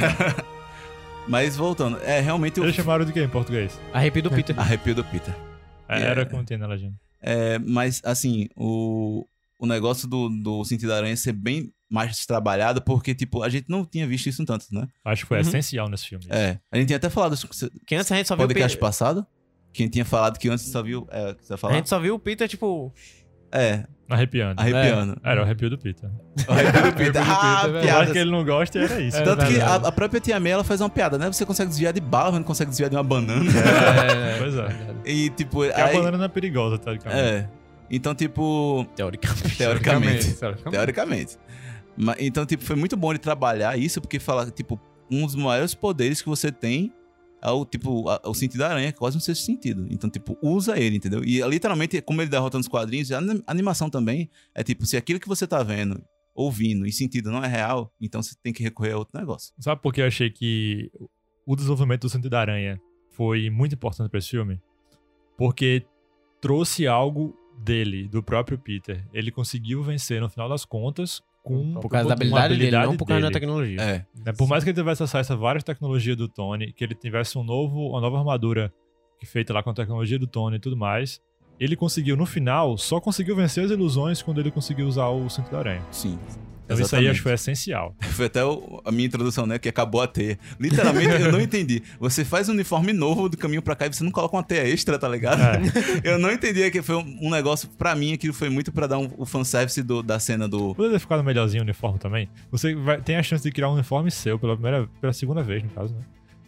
Mas voltando, é realmente o Eles chamaram de quê em português? Arrepio do Peter. arrepio do Peter. É, Yeah. Era como tem na legenda. É, mas, assim, o, o negócio do, do sentido da aranha ser bem mais trabalhado, porque, tipo, a gente não tinha visto isso tanto, né? Acho que foi Uhum. essencial nesse filme. É. A gente tinha até falado isso com- Que antes a gente só viu o podcast Peter. passado? Quem tinha falado que antes só viu. É, que você ia A falar? gente só viu o Peter, tipo. É, Arrepiando. arrepiando. Era o arrepio do Peter. O Arrepio do Peter. Ah, Arrepio do Peter, Eu acho piadas. É que ele é não gosta e era isso. Tanto que a, verdade. a própria Tia May, ela faz uma piada, né? Você consegue desviar de bala, mas não consegue desviar de uma banana. É, Pois é. verdade. E, tipo, Porque a aí... banana não é perigosa, teoricamente. É. Então, tipo... Teoricamente. Teoricamente. Teoricamente. Teoricamente. Ma- Então, tipo, foi muito bom ele trabalhar isso, porque fala, tipo, um dos maiores poderes que você tem é o, tipo, a- o sentido da aranha, quase um sexto sentido. Então, tipo, usa ele, entendeu? E literalmente, como ele derrota nos quadrinhos, a anim- animação também é tipo, se aquilo que você tá vendo, ouvindo e sentido não é real, então você tem que recorrer a outro negócio. Sabe por que eu achei que o desenvolvimento do Santo da Aranha foi muito importante pra esse filme? Porque trouxe algo dele, do próprio Peter. Ele conseguiu vencer, no final das contas, com Por causa da uma habilidade, dele, não por causa da tecnologia. É. Né, Por mais que ele tivesse acesso a várias tecnologias do Tony, que ele tivesse um novo, uma nova armadura que feita lá com a tecnologia do Tony e tudo mais, ele conseguiu, no final, só conseguiu vencer as ilusões quando ele conseguiu usar o Cinto da Aranha. Sim. Então isso aí acho que foi essencial. Foi até o- a minha introdução, né? Que acabou a teia. Literalmente, eu não entendi. Você faz um uniforme novo do caminho pra cá e você não coloca uma teia extra, tá ligado? Eu não entendi que foi um, um negócio, pra mim, aquilo foi muito pra dar um, o fanservice do, da cena do. Poderia ter ficado melhorzinho o uniforme também. Você vai- tem a chance de criar um uniforme seu pela primeira, pela segunda vez, no caso, né?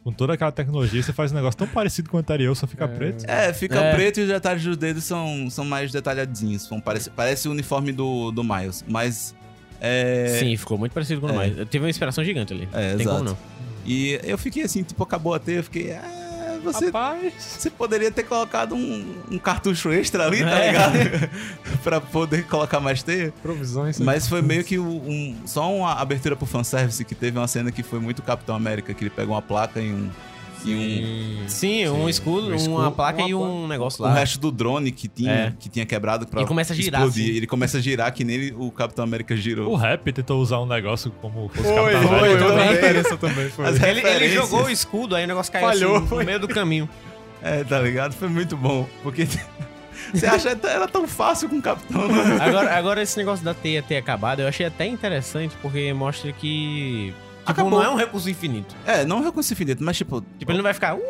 Com toda aquela tecnologia, você faz um negócio tão parecido com o anterior, só fica É. preto. É, fica É. preto e os detalhes dos dedos são, são mais detalhadinhos. São, parece, parece o uniforme do, do Miles. Mas. É, Sim, ficou muito parecido com o É. mais. Teve uma inspiração gigante ali. É, não tem exato. como não. E eu fiquei assim, tipo, acabou a teia, eu fiquei. Ah, você. Rapaz. Você poderia ter colocado um, um cartucho extra ali, tá É. ligado? pra poder colocar mais teia. Provisões. Mas foi meio que um, um- só uma abertura pro fanservice que teve uma cena que foi muito Capitão América, que ele pega uma placa e um. E um Sim, um Um escudo, uma escudo, placa uma e um negócio lá. O resto do drone que tinha, É. que tinha quebrado pra Ele começa a girar, assim. Ele começa a girar que nem ele- o Capitão América girou. O rap tentou usar um negócio como fosse Foi, Capitão foi, América. eu também. também. Essa também foi. As Ele, ele referências. jogou o escudo, aí o negócio caiu Falhou, assim, no meio do caminho. É, tá ligado? Foi muito bom. Porque você acha que era tão fácil com o Capitão, né? Agora, agora esse negócio da teia ter acabado, eu achei até interessante, porque mostra que. Tipo, Acabou. não é um recurso infinito. É, não reconheço infinito, mas tipo, Tipo, ele não vai ficar. "Uh,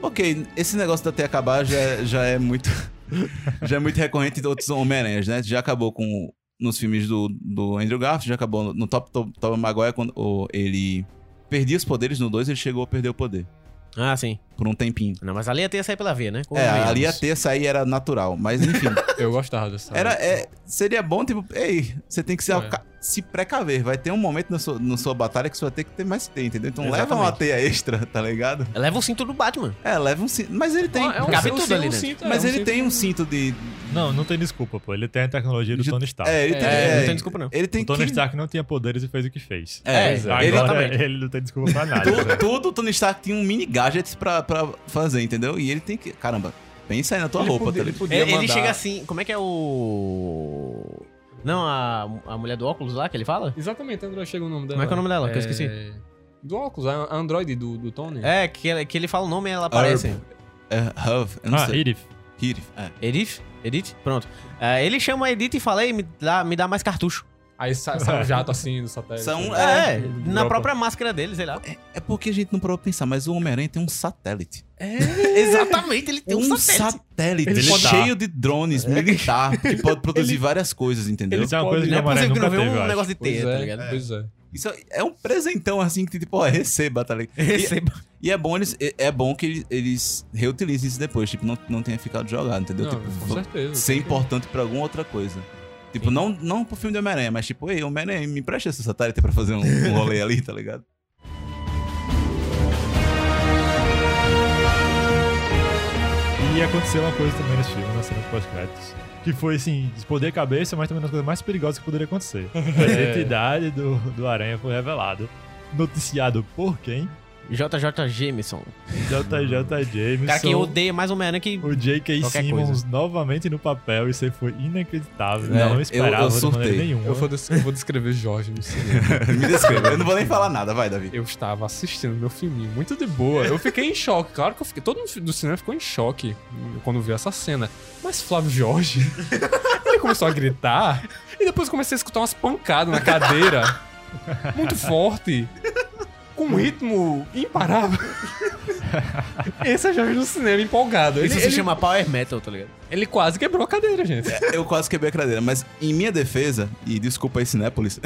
ok, esse negócio da T acabar já, é- já é muito. já é muito recorrente de outros Homem-Aranhas, né? Já acabou com. Nos filmes do, do Andrew Garfield, já acabou no, no Top Top Top Maguire, quando o- ele perdia os poderes no 2, ele chegou a perder o poder. Ah, sim. Por um tempinho. Não, mas ali a teia sai pela veia, né? é, Convenhamos. ali a T sair era natural, mas enfim. Eu gostava dessa. Era, é, seria bom, tipo, ei, você tem que se, É. alca- se precaver. Vai ter um momento na sua, na sua batalha que você vai ter que ter mais teia, entendeu? Então leva uma Exatamente. teia extra, tá ligado? Leva o cinto do Batman. É, leva um cinto. Mas ele tem. É um, Cabe é um tudo cinto, ali um dentro. cinto, é, mas um ele cinto. tem um cinto de. Não, não tem desculpa, pô. Ele tem a tecnologia do De- Tony Stark. É, ele tem. É, é, não tem desculpa, não. Ele tem o Tony que. Stark não tinha poderes e fez o que fez. É, Pois ele- é. Agora exatamente. ele, não tem desculpa pra nada. tu- né? Tudo o Tony Stark tinha um mini gadget pra, pra fazer, entendeu? E ele tem que. Caramba, pensa aí na tua Ele roupa, podia- tá ele ligado? podia Ele, ele mandar- chega assim. Como é que é o. Não, a, a mulher do óculos lá que ele fala? Exatamente, André, chega o nome dela. Como é que é o nome dela? Que eu esqueci. Do óculos, é a a Android do, do Tony. É, que, ele- que ele fala o nome e ela aparece. Have, eu não Ah, sei. Edith. Hirif, é. Edith? Edith? Pronto. É, ele chama a Edith e fala, ei, me dá, me dá mais cartucho. Aí sai, sai um jato assim do satélite. São- É, É, na dropa. própria máscara dele, sei lá. É porque a gente não parou pra pensar, mas o Homem-Aranha tem um satélite. Exatamente, ele um satélite, Ele pode- cheio de drones militar que pode produzir várias coisas, entendeu? Isso é uma coisa que Não o é Amaré possível que nunca não né? veja teve, eu um acho. negócio de Pois teia, tá é, ligado? pois é. Isso é um presentão assim que tipo, ó, receba, tá ligado? E- Receba. E é bom, eles, é- é bom que eles, eles reutilizem isso depois, tipo, não, não tenha ficado jogado, entendeu? Não, tipo, com certeza. ser Porque- importante pra alguma outra coisa. Tipo, não, não pro filme do Homem-Aranha, mas tipo, ei, Homem-Aranha, me presta esse satélite pra fazer um, um rolê ali, tá ligado? E aconteceu uma coisa também nesse filme, na cena dos pós-créditos. Que foi, assim, explodir a cabeça, mas também uma das coisas mais perigosas que poderia acontecer. A identidade do, do Aranha foi revelada. Noticiado por quem? JJ Jameson. JJ Jameson. O cara que odeia mais Homem-Aranha que... O J.K. Qualquer Simmons novamente no papel, isso aí foi inacreditável. É, não eu- esperava eu de maneira surtei. nenhuma. Eu vou, des- eu vou descrever Jorge no cinema. me descreva, eu não vou nem falar nada, vai, Davi. Eu estava assistindo meu filminho, muito de boa. Eu fiquei em choque. Claro que eu fiquei. Todo mundo do cinema ficou em choque quando viu essa cena. Mas Flávio Jorge. ele começou a gritar. E depois eu comecei a escutar umas pancadas na cadeira. Muito forte. Com um ritmo imparável. Esse é Jorge no cinema empolgado. Ele, Isso se ele- chama É. Power Metal, tá ligado? ele quase quebrou a cadeira, gente. Eu quase quebrei a cadeira, mas em minha defesa, e desculpa aí, Cinépolis,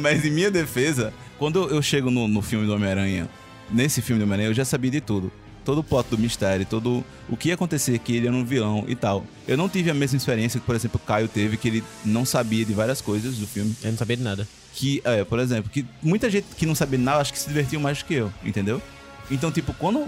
mas em minha defesa, quando eu chego no, no filme do Homem-Aranha, nesse filme do Homem-Aranha, eu já sabia de tudo. Todo o plot do mistério, todo o que ia acontecer, que ele era um vilão e tal. Eu não tive a mesma experiência que, por exemplo, o Caio teve, que ele não sabia de várias coisas do filme. Eu não sabia de nada. Que, é, por exemplo, que muita gente que não sabia nada, acho que se divertiu mais do que eu, entendeu? Então, tipo, quando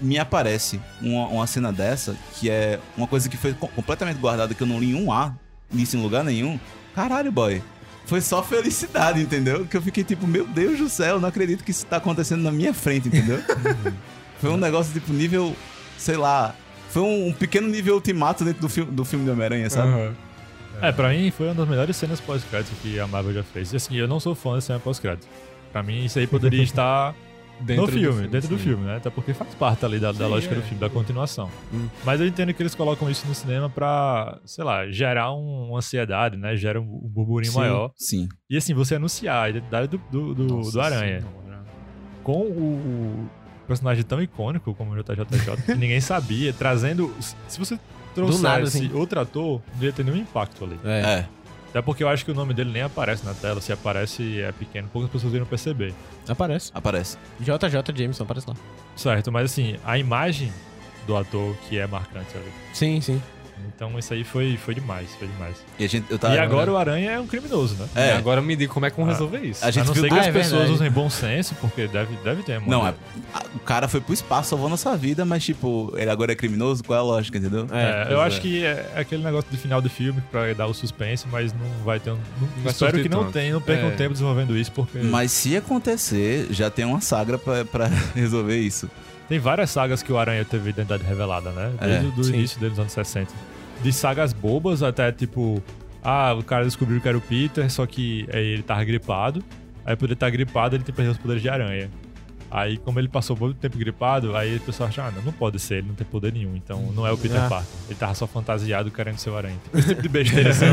me aparece uma, uma cena dessa, que é uma coisa que foi co- completamente guardada, que eu não li um A nisso em lugar nenhum, caralho, boy. Foi só felicidade, entendeu? Que eu fiquei tipo, meu Deus do céu, não acredito que isso tá acontecendo na minha frente, entendeu? foi um negócio, tipo, nível, sei lá. Foi um, um pequeno nível ultimato dentro do, fil do filme do Homem-Aranha, sabe? Aham. É, pra mim foi uma das melhores cenas pós-crédito que a Marvel já fez. E assim, eu não sou fã da cena pós-crédito. Pra mim, isso aí poderia estar Dentro do no filme, dentro do sim. filme, né? Até porque faz parte ali da, da lógica do filme, da continuação. Hum. Mas eu entendo que eles colocam isso no cinema pra, sei lá, gerar um- uma ansiedade, né? Gera um, um burburinho maior. Sim. E assim, você anunciar a identidade do, do, do- Nossa do Aranha Senhora. com o, o personagem tão icônico como o JJJ, que ninguém sabia, trazendo. Se você trouxesse nada, assim. outro ator, não ia ter nenhum impacto ali. tá É. É. Até porque eu acho que o nome dele nem aparece na tela. Se aparece, é pequeno. Poucas pessoas irão perceber. Aparece. Aparece. JJ Jameson, aparece lá. Certo, mas assim, a imagem do ator que é marcante ali. Sim, sim. Então isso aí foi, foi demais, foi demais. E a gente. Eu tava. e agora o Aranha é um criminoso, né? Tá, É. E agora me diga como é que vamos Ah. resolver isso. A A, gente não viu ser que Ah, as é pessoas verdade. usem bom senso, porque deve, deve ter, mano. Não, é, a- o cara foi pro espaço salvando a sua vida, mas tipo, ele agora é criminoso, qual é a lógica, entendeu? É, pois eu é. acho que é aquele negócio do final do filme pra dar o suspense, mas não vai ter um. não- vai espero surtir que não tanto. tenha, não percam É. tempo desenvolvendo isso, porque Mas se acontecer, já tem uma sagra pra, pra resolver isso. tem várias sagas que o Aranha teve identidade revelada, né? É, Desde o do sim. início dele nos anos 60. De sagas bobas até tipo. Ah, o cara descobriu que era o Peter, só que aí ele tava gripado. Aí por ele estar gripado, ele tem que perder os poderes de aranha. Aí, como ele passou muito tempo gripado, aí o pessoal acha, ah, não, não pode ser, ele não tem poder nenhum, então não é o Peter Ah. Parker. Ele tava só fantasiado querendo ser o aranha. Tipo, esse tipo de besteira assim,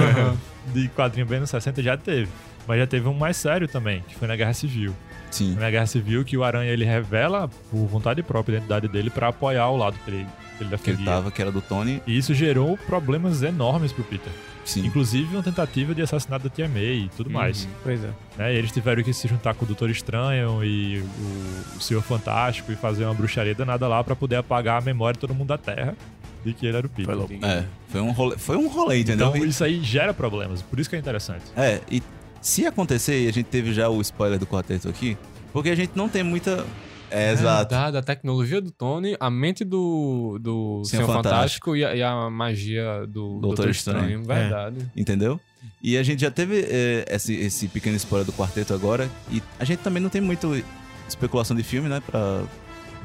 de quadrinho bem nos 60 já teve. Mas já teve um mais sério também, que foi na Guerra Civil. Sim. Na Guerra Civil, que o Aranha ele revela, por vontade própria, a identidade dele pra apoiar o lado que ele, que ele Que ele defendia. tava, que era do Tony, E isso gerou problemas enormes pro Peter. sim. Uhum. Inclusive uma tentativa de assassinato da Tia May e tudo mais. Pois é. né? E eles tiveram que se juntar com o Doutor Estranho e o, o Senhor Fantástico e fazer uma bruxaria danada lá pra poder apagar a memória de todo mundo da Terra de que ele era o Peter. É, foi um rolê, foi um rolê entendeu? Então isso aí gera problemas, por isso que é interessante. É, e se acontecer, e a gente teve já o spoiler do quarteto aqui, porque a gente não tem muita. É, tá. exato. Da, da tecnologia do Tony, a mente do, do Senhor Senhor Fantástico, e, a, e a magia do Doutor Doutor Estranho. Estranho. É. Verdade. entendeu? E a gente já teve eh, esse, esse pequeno spoiler do quarteto agora, e a gente também não tem muito especulação de filme, né? Pra,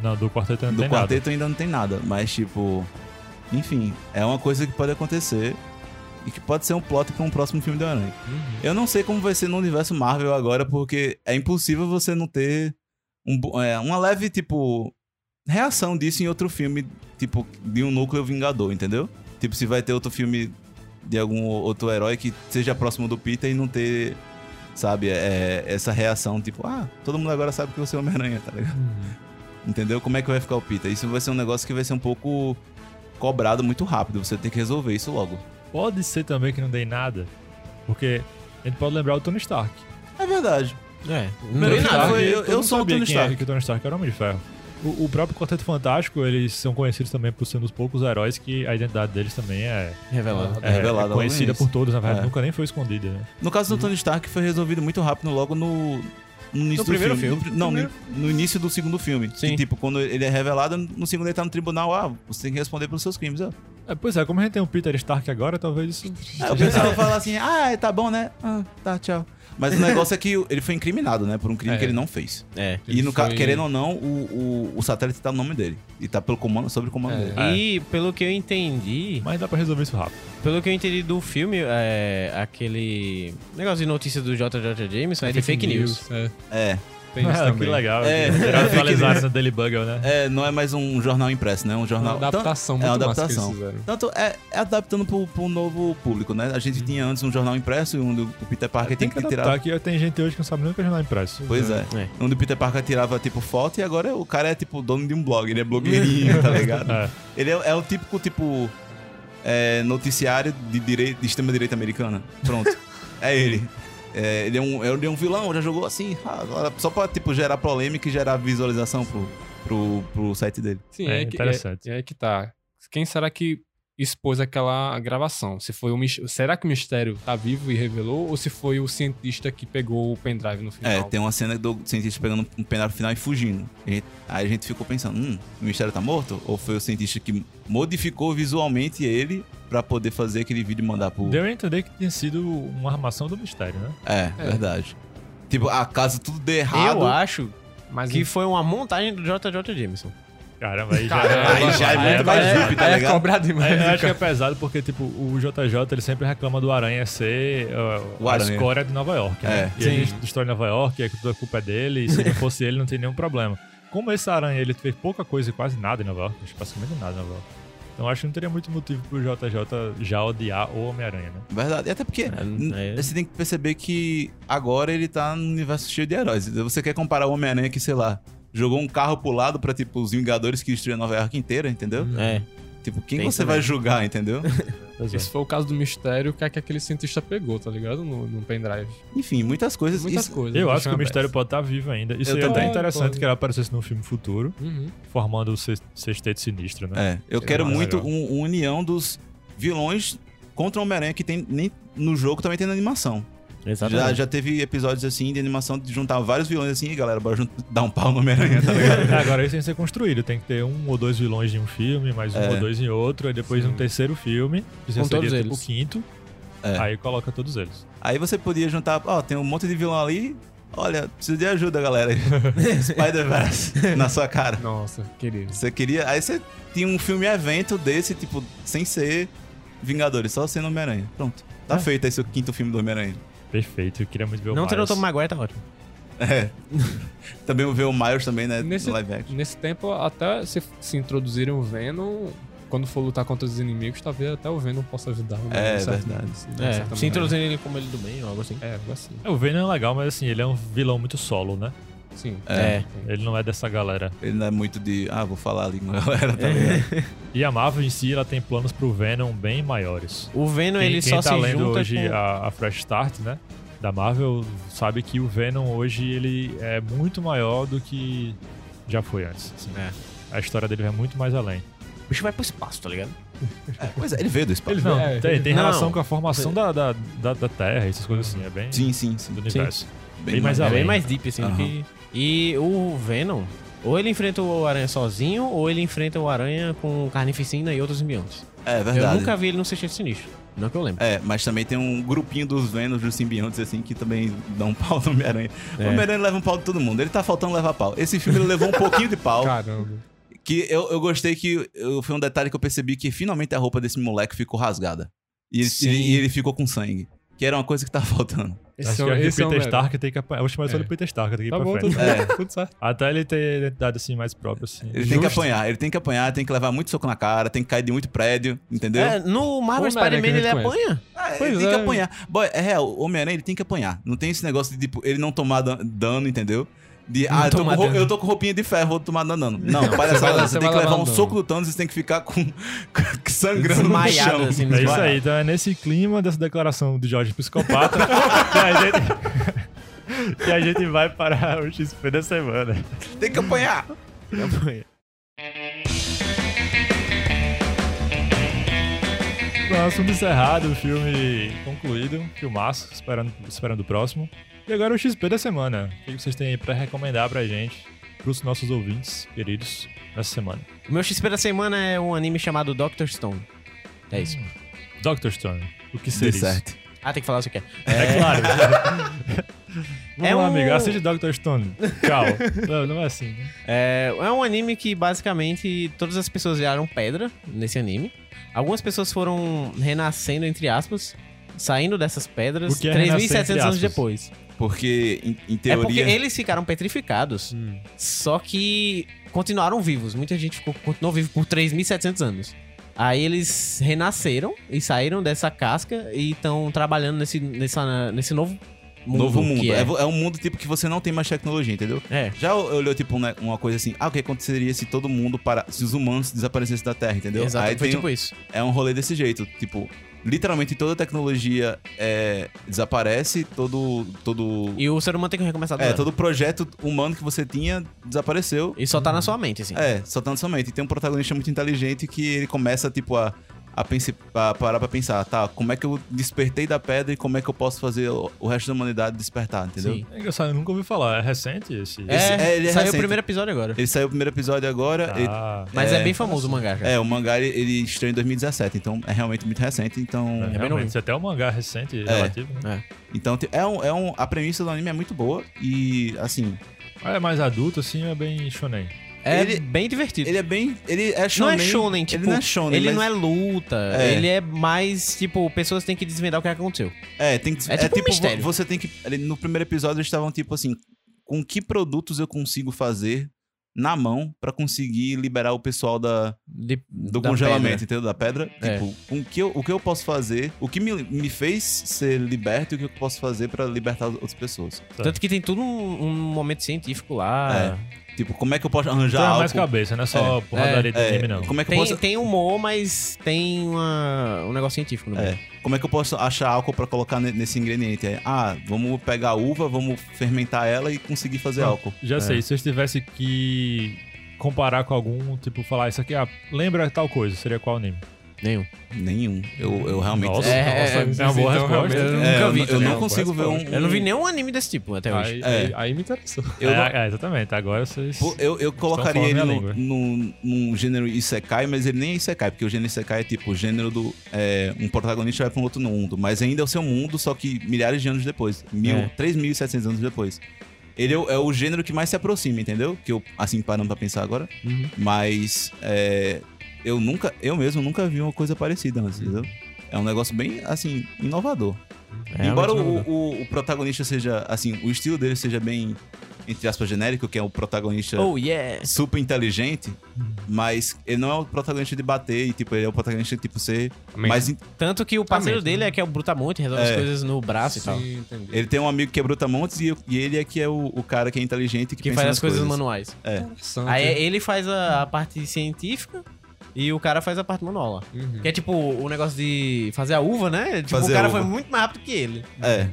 Não, do quarteto não do tem nada. quarteto ainda não tem nada, mas tipo, enfim, é uma coisa que pode acontecer e que pode ser um plot pra um próximo filme do Aranha. Uhum. Eu não sei como vai ser no universo Marvel agora, porque é impossível você não ter um, bo- é, uma leve tipo reação disso em outro filme, tipo, de um núcleo vingador, entendeu? Tipo, se vai ter outro filme de algum outro herói que seja próximo do Peter e não ter, sabe, é, essa reação, tipo, ah, todo mundo agora sabe que você é Homem-Aranha, tá ligado? Entendeu? Como é que vai ficar o Peter? Isso vai ser um negócio que vai ser um pouco cobrado muito rápido, você tem que resolver isso logo. Pode ser também que não dê em nada, porque a gente pode lembrar o Tony Stark. É verdade. É. Não, Primeiro eu filme sabia, foi- eu- todo eu mundo sou o sabia Tony quem Stark. Era, que o Tony Stark era o Homem de Ferro. O, o próprio Quarteto Fantástico, eles são conhecidos também por ser um dos poucos heróis que a identidade deles também é, Revelado. é, revelada logo no conhecida início. por todos, na verdade, É. nunca nem foi escondida. Né? No Uhum. caso do Tony Stark, foi resolvido muito rápido logo no. No início No do primeiro filme. filme. No- não, no- no início do segundo filme. Que, Sim. tipo, quando ele é revelado, no segundo ele tá no tribunal. Ah, você tem que responder pelos seus crimes. ó. É, pois é, como a gente tem um Peter Stark agora, talvez isso. É Aí o pessoal fala assim: ah, tá bom, né? Ah, tá, tchau. Mas o negócio é que ele foi incriminado, né? Por um crime É. que ele não fez. É. e, no ca- foi- querendo ou não, o, o, o satélite tá no nome dele. E tá pelo comando, sobre o comando dele. É. E pelo que eu entendi, Mas dá pra resolver isso rápido. pelo que eu entendi do filme, é, aquele negócio de notícia do JJ Jameson é de fake news. É, É. tem isso Ah, que também. legal. É. É. Atualizaram essa Daily Bugle, né? É, não é mais um jornal impresso, né? Um jornal. Uma adaptação Tan- é muito uma massa que eles adaptação. fizeram. Tanto é, é adaptando pro, pro novo público, né? A Uhum. gente tinha antes um jornal impresso e um do o Peter É, Parker tem que, tirar. adaptar que tem gente hoje que não sabe nem o que é jornal impresso. Pois né? é. É. Onde o Peter Parker tirava, tipo, foto e agora o cara é, tipo, dono de um blog. Ele é blogueirinho, tá ligado? É. Ele é, é o típico, tipo, é, noticiário de, direi- de extrema-direita americana. Pronto. é ele. É, ele, é um, ele é um vilão, já jogou assim. ah, Só pra, tipo, gerar polêmica e gerar visualização pro, pro, pro site dele. Sim, É é, que, interessante. É, é aí que tá. Quem será que expôs aquela gravação? Se foi o mis- será que o mistério tá vivo e revelou ou se foi o cientista que pegou o pendrive no final? É, tem uma cena do cientista pegando um penal final e fugindo. E- aí a gente ficou pensando, hum, o mistério tá morto? Ou foi o cientista que modificou visualmente ele pra poder fazer aquele vídeo e mandar pro... Deu a entender que tinha sido uma armação do mistério, né? É, verdade. Tipo, a casa tudo deu errado. Eu acho um Mas que foi uma montagem do JJ Jameson. Caramba, aí já, Caramba, aí já é muito mais pesado. jupe, tá é ligado? cobrado demais. É, eu acho que é pesado porque, tipo, o JJ ele sempre reclama do Aranha ser uh, O a Aranha. escória de Nova York. né? É. E ele destrói Nova York, é que tudo a culpa é dele, e se não fosse ele, não tem nenhum problema. Como esse Aranha ele fez pouca coisa e quase nada em Nova York, acho que basicamente nada em Nova York. Então acho que não teria muito motivo pro JJ já odiar o Homem-Aranha, né? Verdade. E até porque n- é. você tem que perceber que agora ele tá num universo cheio de heróis. Você quer comparar o Homem-Aranha que, sei lá, jogou um carro pro lado pra, tipo, os Vingadores que destruíram Nova York inteira, entendeu? É. Tipo, quem Tem você também. vai julgar, entendeu? Pois é. Esse foi o caso do mistério que, é que aquele cientista pegou, tá ligado? No, no pendrive. Enfim, muitas coisas. Muitas isso- é coisas. Eu deixa acho que o mistério pode estar vivo ainda. Isso Eu seria até também. interessante Pode. que ele aparecesse num filme futuro, Uhum. formando o ses- sexteto sinistro, né? É, eu Seria quero mais muito legal. um- uma união dos vilões contra o Homem-Aranha que tem nem no jogo também tem na animação. Tá Já, já teve episódios assim de animação de juntar vários vilões assim, e galera, bora jun- dar um pau no Homem-Aranha, tá ligado? É, Agora isso tem que ser construído. Tem que ter um ou dois vilões de um filme, mais um É. ou dois em outro, aí depois um terceiro filme, que já Com seria todos tipo eles. o quinto. É. Aí coloca todos eles. Aí você podia juntar, ó, tem um monte de vilão ali. Olha, preciso de ajuda, galera. Spider-Verse na sua cara. Nossa, querido. Você queria. Aí você tinha um filme evento desse, tipo, sem ser Vingadores, só sendo Homem-Aranha. Pronto. Tá feito esse quinto filme do Homem-Aranha. Perfeito, eu queria muito ver o Não ter o Miles. Tom Maguire tá ótimo. É. também ver o Miles também, né? Nesse, no live action. nesse tempo, até se, se introduzirem o Venom, quando for lutar contra os inimigos, talvez até o Venom possa ajudar. né, É, de certa- verdade. de certa É, maneira. se introduzindo ele como ele do bem ou algo assim. É, algo assim. É, O Venom é legal, mas assim, ele é um vilão muito solo, né? Sim. É. Ele não é dessa galera. Ele não é muito de. Ah, vou falar ali com a galera, tá ligado? E a Marvel em si, ela tem planos pro Venom bem maiores. O Venom, Quem, ele quem só tá se lendo junta hoje com... a, a Fresh Start, né? Da Marvel, sabe que o Venom hoje ele é muito maior do que já foi antes. assim. É. A história dele vai muito mais além. O bicho vai pro espaço, tá ligado? Pois é, ele veio do espaço. Ele não, É, tem, tem não. relação com a formação da, da, da, da Terra, essas coisas assim, é bem Sim, sim, sim. do universo. Bem, Bem mais É Além. bem mais deep, assim, do Aham. que... E o Venom, ou ele enfrenta o Aranha sozinho, ou ele enfrenta o Aranha com Carnificina e outros ambientes. É Eu verdade. nunca vi ele no Sexteto Sinistro. Não que eu lembre. É, mas também tem um grupinho dos Vênus, dos simbiontes, assim, que também dão um pau no Homem-Aranha. É. O Homem-Aranha leva um pau de todo mundo. Ele tá faltando levar pau. Esse filme ele levou um pouquinho de pau. Caramba. Que eu, eu gostei que eu- foi um detalhe que eu percebi que finalmente a roupa desse moleque ficou rasgada. E ele, Sim. ele- e ele ficou com sangue. que era uma coisa que tá faltando. Acho é o- que o é o Peter melhor. Stark tem que apanhar. Eu vou chamar só É. do Peter Stark daqui Tá pra bom, frente. tudo, É. tudo certo. Até ele ter identidade assim mais própria, assim. Ele tem que Justo. apanhar, ele tem que apanhar, tem que levar muito soco na cara, tem que cair de muito prédio, entendeu? É, no Homem-Aranha Marvel que a Spider-Man gente ele conhece. apanha. Ah, ele Pois tem é. que apanhar. Boy, é real, o Homem-Aranha ele tem que apanhar. Não tem esse negócio de tipo, ele não tomar dan- dano, entendeu? De, ah, eu tô, com tomar rou- dano. eu tô com roupinha de ferro, vou tomar dano. Não, não vai palhaçada, lá- você, você tem vai que levar lá um andando. soco do Thanos e você tem que ficar com sangrando no Desmaiado, chão. assim, É isso desmaiado. aí, então é nesse clima dessa declaração de Jorge Psicopata que, a gente... que a gente vai para o XP da semana. Tem que apanhar. Bom, assunto Tá encerrado, o filme concluído, filmaço, esperando, esperando o próximo. E agora o XP da semana. O que vocês têm aí pra recomendar pra gente, pros nossos ouvintes queridos, nessa semana? O meu XP da semana é um anime chamado Doctor Stone. É isso. Doctor Stone, o que Deu seria isso? certo. Ah, tem que falar isso aqui. É claro. Vamos É lá, um- amigo, assiste Doctor Stone. Tchau. não, não é assim, né? É, é um anime que basicamente todas as pessoas viraram pedra nesse anime. Algumas pessoas foram renascendo, entre aspas, saindo dessas pedras O que é 3.700 renascer, entre anos aspas? depois. Porque, em, em É porque teoria. eles ficaram petrificados, Hum. só que continuaram vivos. Muita gente ficou, continuou vivo por 3.700 anos. Aí eles renasceram e saíram dessa casca e estão trabalhando nesse, nessa, nesse novo mundo. Novo mundo. que É. é. vo- é um mundo tipo que você não tem mais tecnologia, entendeu? É. Já o- olhou, tipo, né, uma coisa assim, ah, o que aconteceria se todo mundo para. Se os humanos desaparecessem da Terra, entendeu? Exato, Aí foi tem, tipo isso. é um rolê desse jeito. Tipo, literalmente toda a tecnologia é, desaparece, todo. todo E o ser humano tem que recomeçar do é, zero. todo projeto humano que você tinha desapareceu. E só tá na sua mente, assim. É, só tanto somente. E tem um protagonista muito inteligente que ele começa, tipo, a. A, pensi- a parar pra pensar, tá, como é que eu despertei da pedra e como é que eu posso fazer o, o resto da humanidade despertar, entendeu? Sim. É engraçado, eu nunca ouvi falar. É recente Esse- esse? é, ele é saiu recente. o primeiro episódio agora. Ele saiu o primeiro episódio agora, ele- Ah, Mas é, É, bem famoso o mangá, cara. É, o mangá ele, ele estreou em 2017, então é realmente muito recente. Então, é, bem novinho. realmente, até um mangá recente, É. relativo, né? então ti- é um, é um, a premissa do anime é muito boa e assim, Ah, É mais adulto, assim, é bem shonen. É, Ele- bem divertido. ele é bem, ele é não shonen. é shonen, tipo... ele não é shonen, ele mas- não é luta. É. Ele é mais, tipo, pessoas têm que desvendar o que aconteceu. é, tem que, é tipo um mistério. vo- Você tem que ele- no primeiro episódio eles estavam tipo assim, com que produtos eu consigo fazer na mão pra conseguir liberar o pessoal da, De- do da congelamento, pedra. entendeu? Da pedra. É. Tipo, com que eu- o que eu posso fazer? O que me, me fez ser liberto e o que eu posso fazer pra libertar outras pessoas? Tanto que tem tudo um, um momento científico lá. Tipo, como é que eu posso Já arranjar é algo? mais cabeça, não é só porradaria de É, anime, não. Como é que Tem, eu posso tem humor, mas tem uma- um negócio científico no É. meio. Como é que eu posso achar álcool pra colocar ne- nesse ingrediente? Aí, ah, vamos pegar a uva, vamos fermentar ela e conseguir fazer Não. álcool. Já sei, se eu tivesse que comparar com algum, tipo, falar isso aqui, ah, lembra tal coisa, seria qual anime? Nenhum. Nenhum. Eu, eu realmente. Nossa, É, É, nossa, é uma boa então, resposta. realmente, eu é, nunca eu, vi não- eu também, assim. não consigo ver um. Eu não vi nenhum anime desse tipo até hoje. Aí, É. aí- aí me interessou. Eu, é, não- é, exatamente, agora vocês... pô, eu, eu colocaria falando ele minha no, língua. num- num gênero Isekai, mas ele nem é Isekai, porque o gênero Isekai é tipo o gênero do. é, um protagonista vai pra um outro mundo, mas ainda é o seu mundo, só que milhares de anos depois mil, É. 3.700 anos depois. Ele é, o- é o gênero que mais se aproxima, entendeu? Que eu, assim, parando pra pensar agora. Uhum. Mas é, eu nunca, eu mesmo nunca vi uma coisa parecida antes, Uhum. entendeu? É um negócio bem, assim, inovador. É, Embora realmente o, não dá. o- o protagonista seja, assim, o estilo dele seja bem, entre aspas, genérico, que é o protagonista Oh, Uhum. yeah! super inteligente, mas ele não é o protagonista de bater, e, tipo, ele é o protagonista de, tipo, ser... Mas in- Tanto que o parceiro Exatamente, dele é que é o Brutamonte, resolve as É. coisas no braço e tal. Sim, entendi. ele tem um amigo que é brutamontes e, eu- e ele é que é o, o cara que é inteligente, que, Que pensa faz nas É, as coisas, manuais. Interessante. Aí ele faz a, a parte científica e o cara faz a parte manual. lá. Uhum. Que é tipo o negócio de fazer a uva, né? Tipo, Fazer o cara a uva. foi muito mais rápido que ele. É.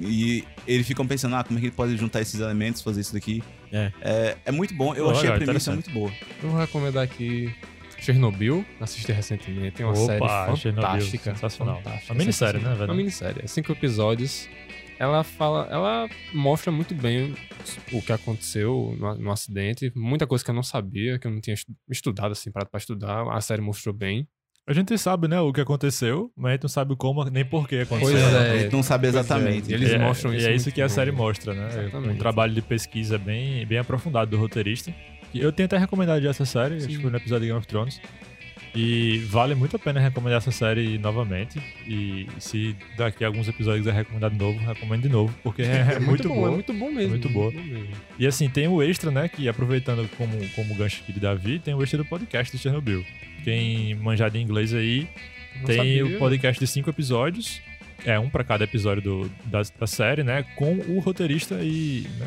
E eles ficam pensando, ah, como é que ele pode juntar esses elementos, fazer isso daqui. É. É, é muito bom, eu Olha, achei a premissa interessante. muito boa. Eu vou recomendar aqui Chernobyl, assisti recentemente, tem uma série Opa, fantástica. Chernobyl, sensacional. fantástica, Uma minissérie, né, sensacional. velho? Uma minissérie, é cinco episódios. Ela fala, ela mostra muito bem o que aconteceu no, no acidente, muita coisa que eu não sabia, que eu não tinha estu- estudado assim, parado pra estudar, a série mostrou bem. A gente sabe, né, o que aconteceu, mas a gente não sabe como nem por que aconteceu. Pois é. A gente não sabe exatamente. Eles é, mostram e isso é isso muito que a bom. série mostra, né? Um Exatamente. trabalho de pesquisa bem, bem aprofundado do roteirista. E Eu tenho até recomendado já essa série, Sim. acho que foi no episódio de Game of Thrones. E vale muito a pena recomendar essa série novamente. E se daqui a alguns episódios é recomendado de novo, recomendo de novo, porque é, muito, bom, boa. é muito bom mesmo. É muito boa. mesmo. E assim, tem o extra, né? Que aproveitando como, como gancho aqui de Davi, tem o extra do podcast de Chernobyl. Quem manjar de inglês aí, Não tem sabia. o podcast de cinco episódios. É um pra cada episódio do- da, da série, né? Com o roteirista e né,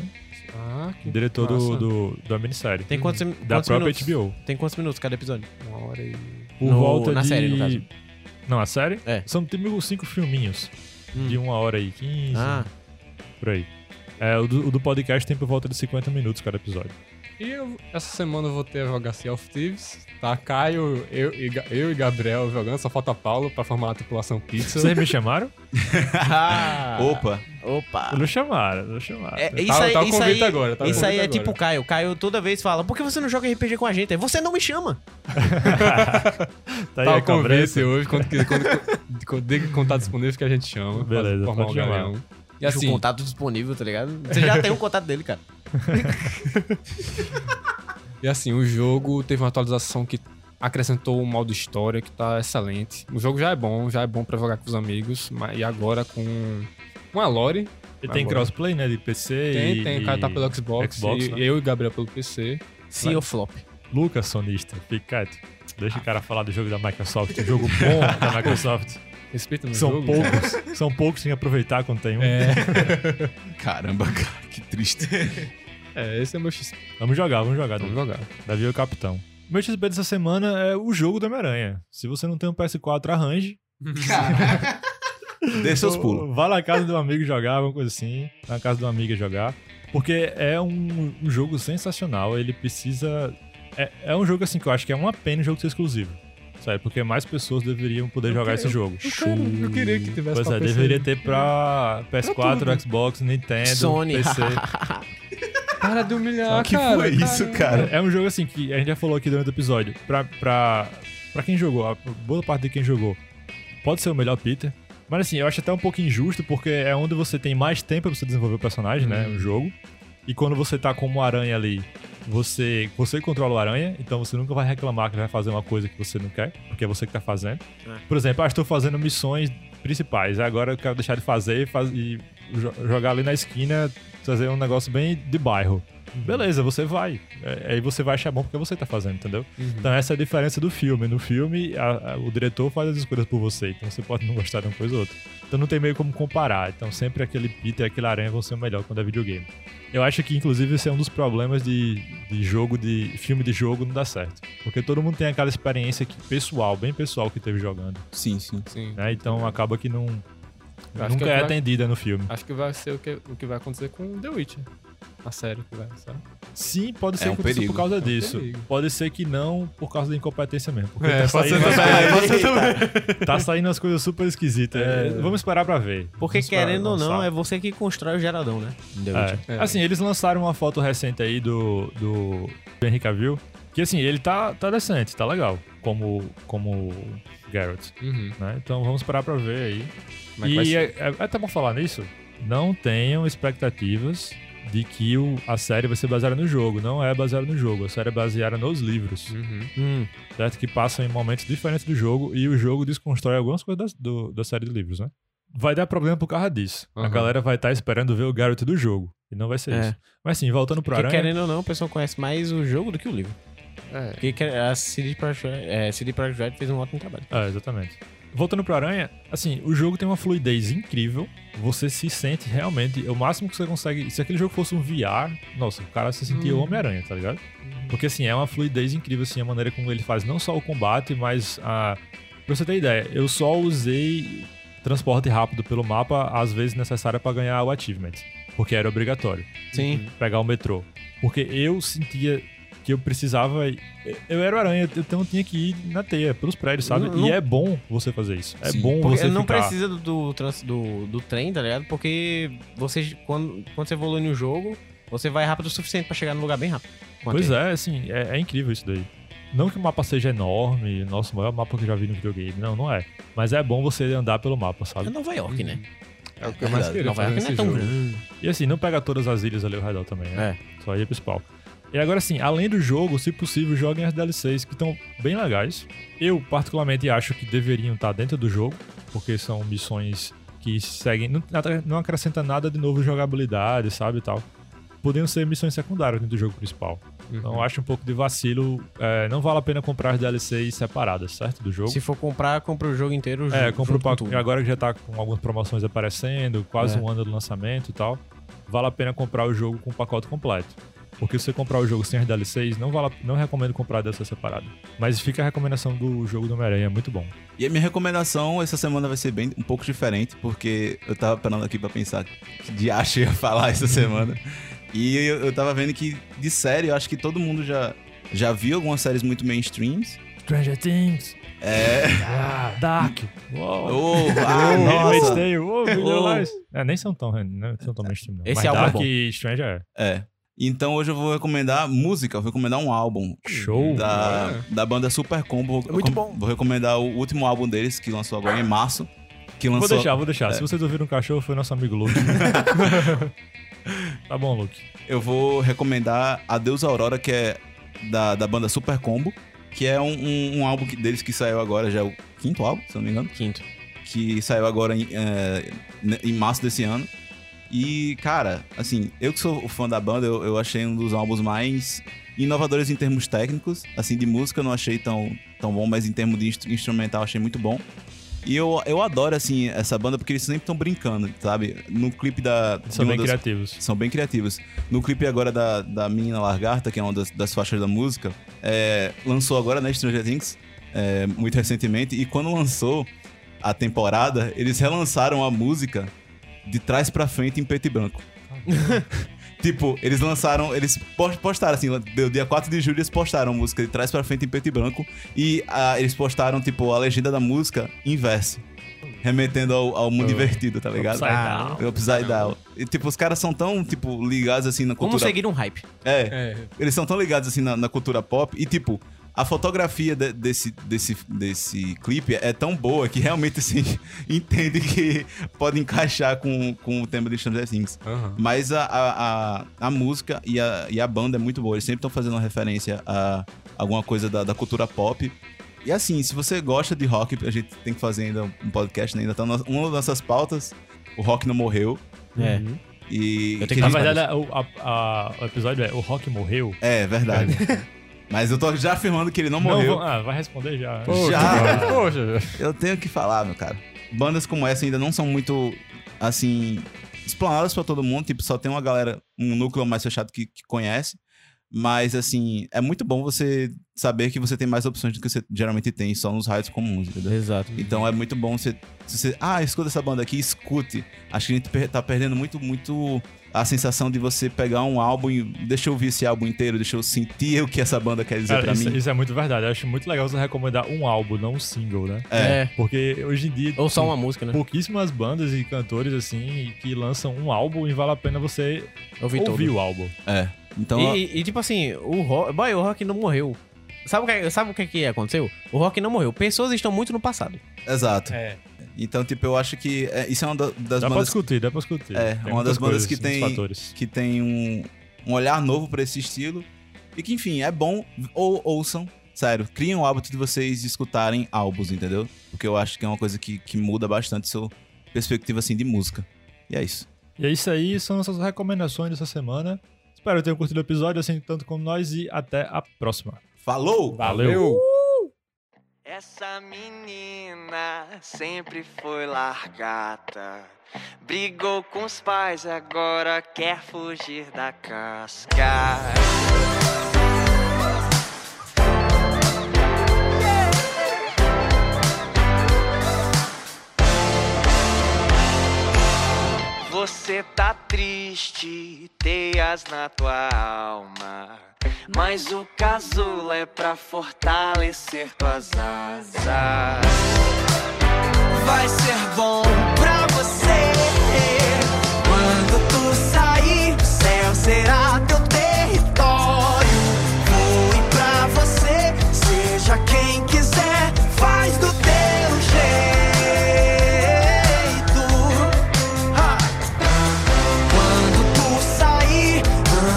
Ah, que diretor massa. do, do, da minissérie. Tem quantos, Uhum. da quantos própria minutos? HBO. Tem quantos minutos cada episódio? Uma hora e... Por No- volta na de... série, no caso. Não, a série? É. São tipo cinco filminhos. Hum. De uma hora e quinze, Ah, por aí. É, o, do, o do podcast tem por volta de 50 minutos cada episódio. E eu- essa semana eu vou ter a jogar Sea of Thieves. Tá Caio, eu e, Ga- eu e Gabriel jogando. Só falta Paulo pra formar a tripulação pizza. Vocês me chamaram? Opa, opa. Não chamaram, não chamaram. Ah! É, isso Tá- aí, tá o isso convite aí, agora, tá o isso aí é convite tipo o Caio. O Caio toda vez fala: Por que você não joga RPG com a gente? Aí você não me chama. Tá Tá o aí a convite cobrança. hoje. Quando, quiser- quando, quando, quando, quando tá disponível que a gente chama. pra Beleza, formar pode um chamar. galhão. E Deixa assim, o contato disponível, tá ligado? Você já tem o contato dele, cara. E assim, o jogo teve uma atualização que acrescentou um modo história que tá excelente. O jogo já é bom, já é bom pra jogar com os amigos, mas e agora com uma lore. E tem Tá Agora. crossplay, né? De PC Tem, e... tem, o cara tá pelo Xbox, Xbox, e né? eu e Gabriel pelo PC. Sim ou flop. Lucas Sonista, fica quieto. Deixa o cara falar do jogo da Microsoft. O jogo bom da Microsoft. Respeita meu São Um jogo. poucos. São poucos em aproveitar quando tem um. caramba, cara, que triste. É, esse é meu XP. Vamos jogar, vamos jogar. Vamos Davi. jogar. Davi é o capitão. Meu XP dessa semana é o jogo do Homem-Aranha. Se você não tem um PS4, arranje. Dê seus Ou- pulos. Vá na casa de um amigo jogar, alguma coisa assim. Na casa de uma amiga jogar. Porque é um, um jogo sensacional. Ele precisa. É, é um jogo assim que eu acho que é uma pena o jogo ser exclusivo. Sério, porque mais pessoas deveriam poder jogar esse jogo. quero- eu queria que tivesse Pois pra é, PC. deveria ter pra PS4, Xbox, Nintendo, Sony. PC. Para de humilhar, que cara. foi isso, cara? É um jogo assim que a gente já falou aqui durante o episódio. Pra, pra, pra quem jogou, a boa parte de quem jogou, pode ser o melhor Peter. Mas assim, eu acho até um pouco injusto, porque é onde você tem mais tempo pra você desenvolver o personagem, né? O jogo. E quando você tá como aranha ali, você, você controla o aranha, então você nunca vai reclamar que ele vai fazer uma coisa que você não quer, porque é você que tá fazendo. Por exemplo, ah, estou fazendo missões principais, agora eu quero deixar de fazer e, faz- e jo- jogar ali na esquina, fazer um negócio bem de bairro. Beleza, você vai. É, Aí você vai achar bom porque você tá fazendo, entendeu? Uhum. Então essa é a diferença do filme. No filme, a- a- o diretor faz as escolhas por você, então você pode não gostar de uma coisa ou outra. Então não tem meio como comparar. Então sempre aquele Peter e aquele aranha vão ser o melhor quando é videogame. Eu acho que, inclusive, esse é um dos problemas de, de jogo, de filme de jogo não dá certo. Porque todo mundo tem aquela experiência que, pessoal, bem pessoal que teve jogando, Sim, sim. Sim. né? Então acaba que não... Eu acho nunca que é vai- atendida no filme. Acho que vai ser o que, o que vai acontecer com The Witcher. A série que vai, sabe? Sim, pode ser um que aconteça perigo. por causa disso. É perigo. Pode ser que não por causa da incompetência mesmo. Porque É, tá, pode saindo ser umas também, coisas- tá saindo umas coisas super esquisitas. É, Vamos esperar pra ver. Porque Vamos esperar querendo ou não, lançar. é você que constrói o geradão, né? É. É. Assim, eles lançaram uma foto recente aí do, do Henry Cavill, que assim, ele tá, tá decente, tá legal, como, como Garrett, Uhum. né? Então vamos parar pra ver aí. Como é que vai e ser? é, é, é até bom falar nisso, não tenham expectativas de que o, a série vai ser baseada no jogo. Não é baseada no jogo, a série é baseada nos livros, Uhum. Hum, certo? Que passam em momentos diferentes do jogo e o jogo desconstrói algumas coisas da, do- da série de livros, né? Vai dar problema por causa disso. A Aham. galera vai estar esperando ver o Garrett do jogo. E não vai ser É. isso. Mas sim, voltando pro porque Aranha. querendo ou não, o pessoal conhece mais o jogo do que o livro. É. Porque que- a CD Projekt, é, CD Projekt Red fez um ótimo trabalho. É, exatamente. Voltando pro Aranha, assim, o jogo tem uma fluidez incrível. Você se sente realmente. é O máximo que você consegue. Se aquele jogo fosse um VR, nossa, o cara se sentia o Homem-Aranha, tá ligado? Porque assim, é uma fluidez incrível, assim, a maneira como ele faz não só o combate, mas a. Pra você ter ideia, eu só usei transporte rápido pelo mapa, às vezes necessário pra ganhar o achievement. Porque era obrigatório Sim. pegar o metrô. Porque eu sentia que eu precisava. Eu era o aranha, então eu tinha que ir na teia, pelos prédios, sabe? Não- não- E é bom você fazer isso. É Sim, bom Porque você não ficar. precisa do, do, trans- do, do trem, tá ligado? Porque você, quando, quando você evolui no jogo, você vai rápido o suficiente pra chegar no lugar bem rápido. Pois é, assim, é, é incrível isso daí. Não que o mapa seja enorme, nossa, o maior mapa que eu já vi no videogame. Não, não é. Mas é bom você andar pelo mapa, É sabe? Nova York, né? É o que eu mais queria Nova fazer York não nesse é tão jogo. grande. É. E assim, não pega todas as ilhas ali ao redor também, né? Só ia principal. E agora sim, além do jogo, se possível, joguem as DLCs que estão bem legais. Eu, particularmente, acho que deveriam estar dentro do jogo, porque são missões que seguem. Não, nada- não acrescenta nada de novo jogabilidade, sabe e tal. Podendo ser missões secundárias dentro do jogo principal. Então eu acho um pouco de vacilo. é, não vale a pena comprar as DLCs separadas, certo? Do jogo. Se for comprar, compra o jogo inteiro. É, junto compra o com pacote. tudo. Agora que já tá com algumas promoções aparecendo, quase É. um ano do lançamento e tal, vale a pena comprar o jogo com o pacote completo. Porque se você comprar o jogo sem as DLCs, não, vale, a- não recomendo comprar dessa separada. Mas fica a recomendação do jogo do Homem-Aranha, é muito bom. E a minha recomendação essa semana vai ser bem um pouco diferente, porque eu tava parando aqui pra pensar que diacho eu ia falar essa semana. E eu, eu tava vendo que, de série, eu acho que todo mundo já, já viu algumas séries muito mainstreams. Stranger Things, É. Ah. Dark, Uou, Oh, ah, Handmaid's nossa. Tale, uou, Big Little Uou. Lies. É, nem são tão, não são tão mainstream, não. Oh. Esse Mas álbum é Dark bom. e Stranger é. É. Então hoje eu vou recomendar música, eu vou recomendar um álbum. Show. Da, da banda Super Combo. É muito bom. Vou recomendar o último álbum deles, que lançou agora em março. Que Vou lançou... deixar, vou deixar. É. Se vocês ouviram um cachorro, foi nosso amigo Luke. tá bom, Luke. eu vou recomendar Adeus Aurora, que é da, da banda Super Combo, que é um, um- um álbum que- deles que saiu agora, já é o quinto álbum, se eu não me engano, Quinto. que saiu agora em, é, ne- em março desse ano. E, cara, assim, eu que sou fã da banda, eu, eu achei um dos álbuns mais inovadores em termos técnicos. Assim, de música eu não achei tão, tão bom, mas em termos de instru- instrumental eu achei muito bom. E eu, eu adoro, assim, essa banda porque eles sempre estão brincando, sabe? No clipe da. de São uma bem das- criativos. são bem criativos. No clipe agora da, da menina Largarta, que é uma das, das faixas da música, é, lançou agora, né, Stranger Things, é, muito recentemente, e quando lançou a temporada, eles relançaram a música de trás pra frente em preto e branco. tipo, eles lançaram, eles pos- postaram assim, deu dia 4 de julho eles postaram a música de trás pra frente em preto e branco e ah, eles postaram tipo a legenda da música em verso, remetendo ao, ao mundo invertido, tá ligado? Upside down. Eu precisar dar. E, tipo, os caras são tão, tipo, ligados assim na Como cultura. seguir um hype? É, É, eles são tão ligados assim na, na cultura pop. E, tipo, a fotografia de- desse, desse, desse clipe é tão boa que realmente, assim, entende que pode encaixar com, com o tema de Stranger Things. aham. Mas a, a, a, a música e a, e a banda é muito boa. Eles sempre estão fazendo uma referência a alguma coisa da, da cultura pop. E assim, se você gosta de rock, a gente tem que fazer ainda um podcast, né? Ainda tá no- uma das nossas pautas. O rock não morreu. Hum. É. E. Eu tenho que que Na a Eles- gente- verdade, o, a- a- o episódio é O Rock morreu? É, verdade. Mas eu tô já afirmando que ele não morreu. vão- ah, vai responder já. Poxa, Ah, cara. poxa. Eu tenho que falar, meu cara. Bandas como essa ainda não são muito, assim, explanadas pra todo mundo. Tipo, só tem uma galera, um núcleo mais fechado que, que conhece. Mas, assim, é muito bom você saber que você tem mais opções do que você geralmente tem só nos raios comuns, entendeu? Exato. Então é muito bom você, se você. Ah, escuta essa banda aqui, escute. Acho que a gente per- tá perdendo muito, muito a sensação de você pegar um álbum e deixa eu ouvir esse álbum inteiro, deixa eu sentir o que essa banda quer dizer Cara, pra isso, mim. isso é muito verdade. Eu acho muito legal você recomendar um álbum, não um single, né? É. Porque hoje em dia. Ou só tem uma música, né? Pouquíssimas bandas e cantores, assim, que lançam um álbum e vale a pena você Ouvi todo. ouvir o álbum. É. Então, E, e- e, tipo assim, o rock. Boy, o rock não morreu. Sabe o que, é, sabe o que, que aconteceu? O rock não morreu. Pessoas estão muito no passado. exato. É. Então, tipo, eu acho que é, isso é uma da- das Dá pra bandas discutir, dá pra discutir. É, Tem uma muitas das bandas coisas, que muitos tem- Fatores. que tem um, um olhar novo pra esse estilo. E que, enfim, é bom. Ou ouçam, sério, criem o hábito de vocês escutarem álbuns, entendeu? Porque eu acho que é uma coisa que, que muda bastante sua perspectiva, assim, de música. E é isso. E é isso aí, são nossas recomendações dessa semana. Espero que tenham curtido o episódio, assim tanto como nós, e até a próxima. Falou! Valeu. Essa menina sempre foi largata. Brigou com os pais, agora quer fugir da casca. Você tá triste, teias na tua alma. Mas o casulo é pra fortalecer tuas asas. Vai ser bom pra você. Quando tu sair, o céu será teu território. Voe pra você, seja quem quiser, faz do teu jeito. Ha! Quando tu sair,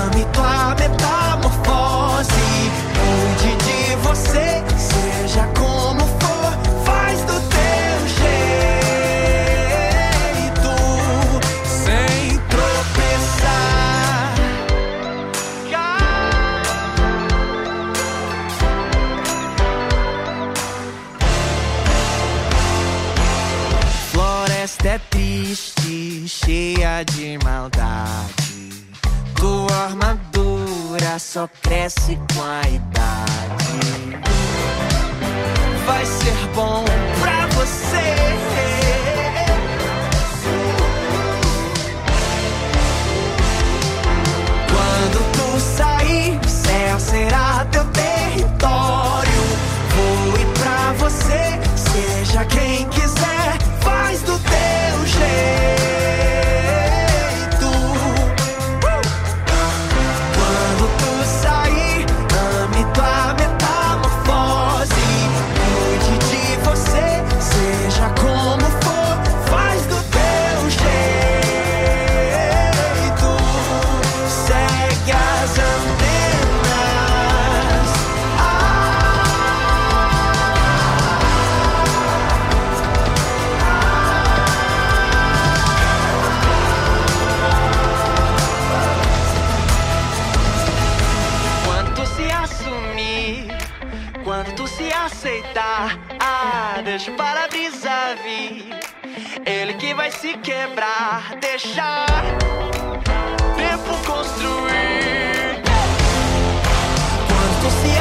ame tua metamorfose. é triste, cheia de maldade. Tua armadura só cresce com a idade. Vai ser bom pra você. Quando tu sair, céu será teu território. Voe pra você, seja quem quiser, faz do teu jeito. Uh! Quando tu sair, ame tua metamorfose. Cuide de você, seja como for, faz do teu jeito. Segue as antenas. Quanto se assumir, quanto se aceitar, ah, deixa o para-brisa vir. Ele que vai se quebrar, deixar tempo construir. Quanto se ah, Ah.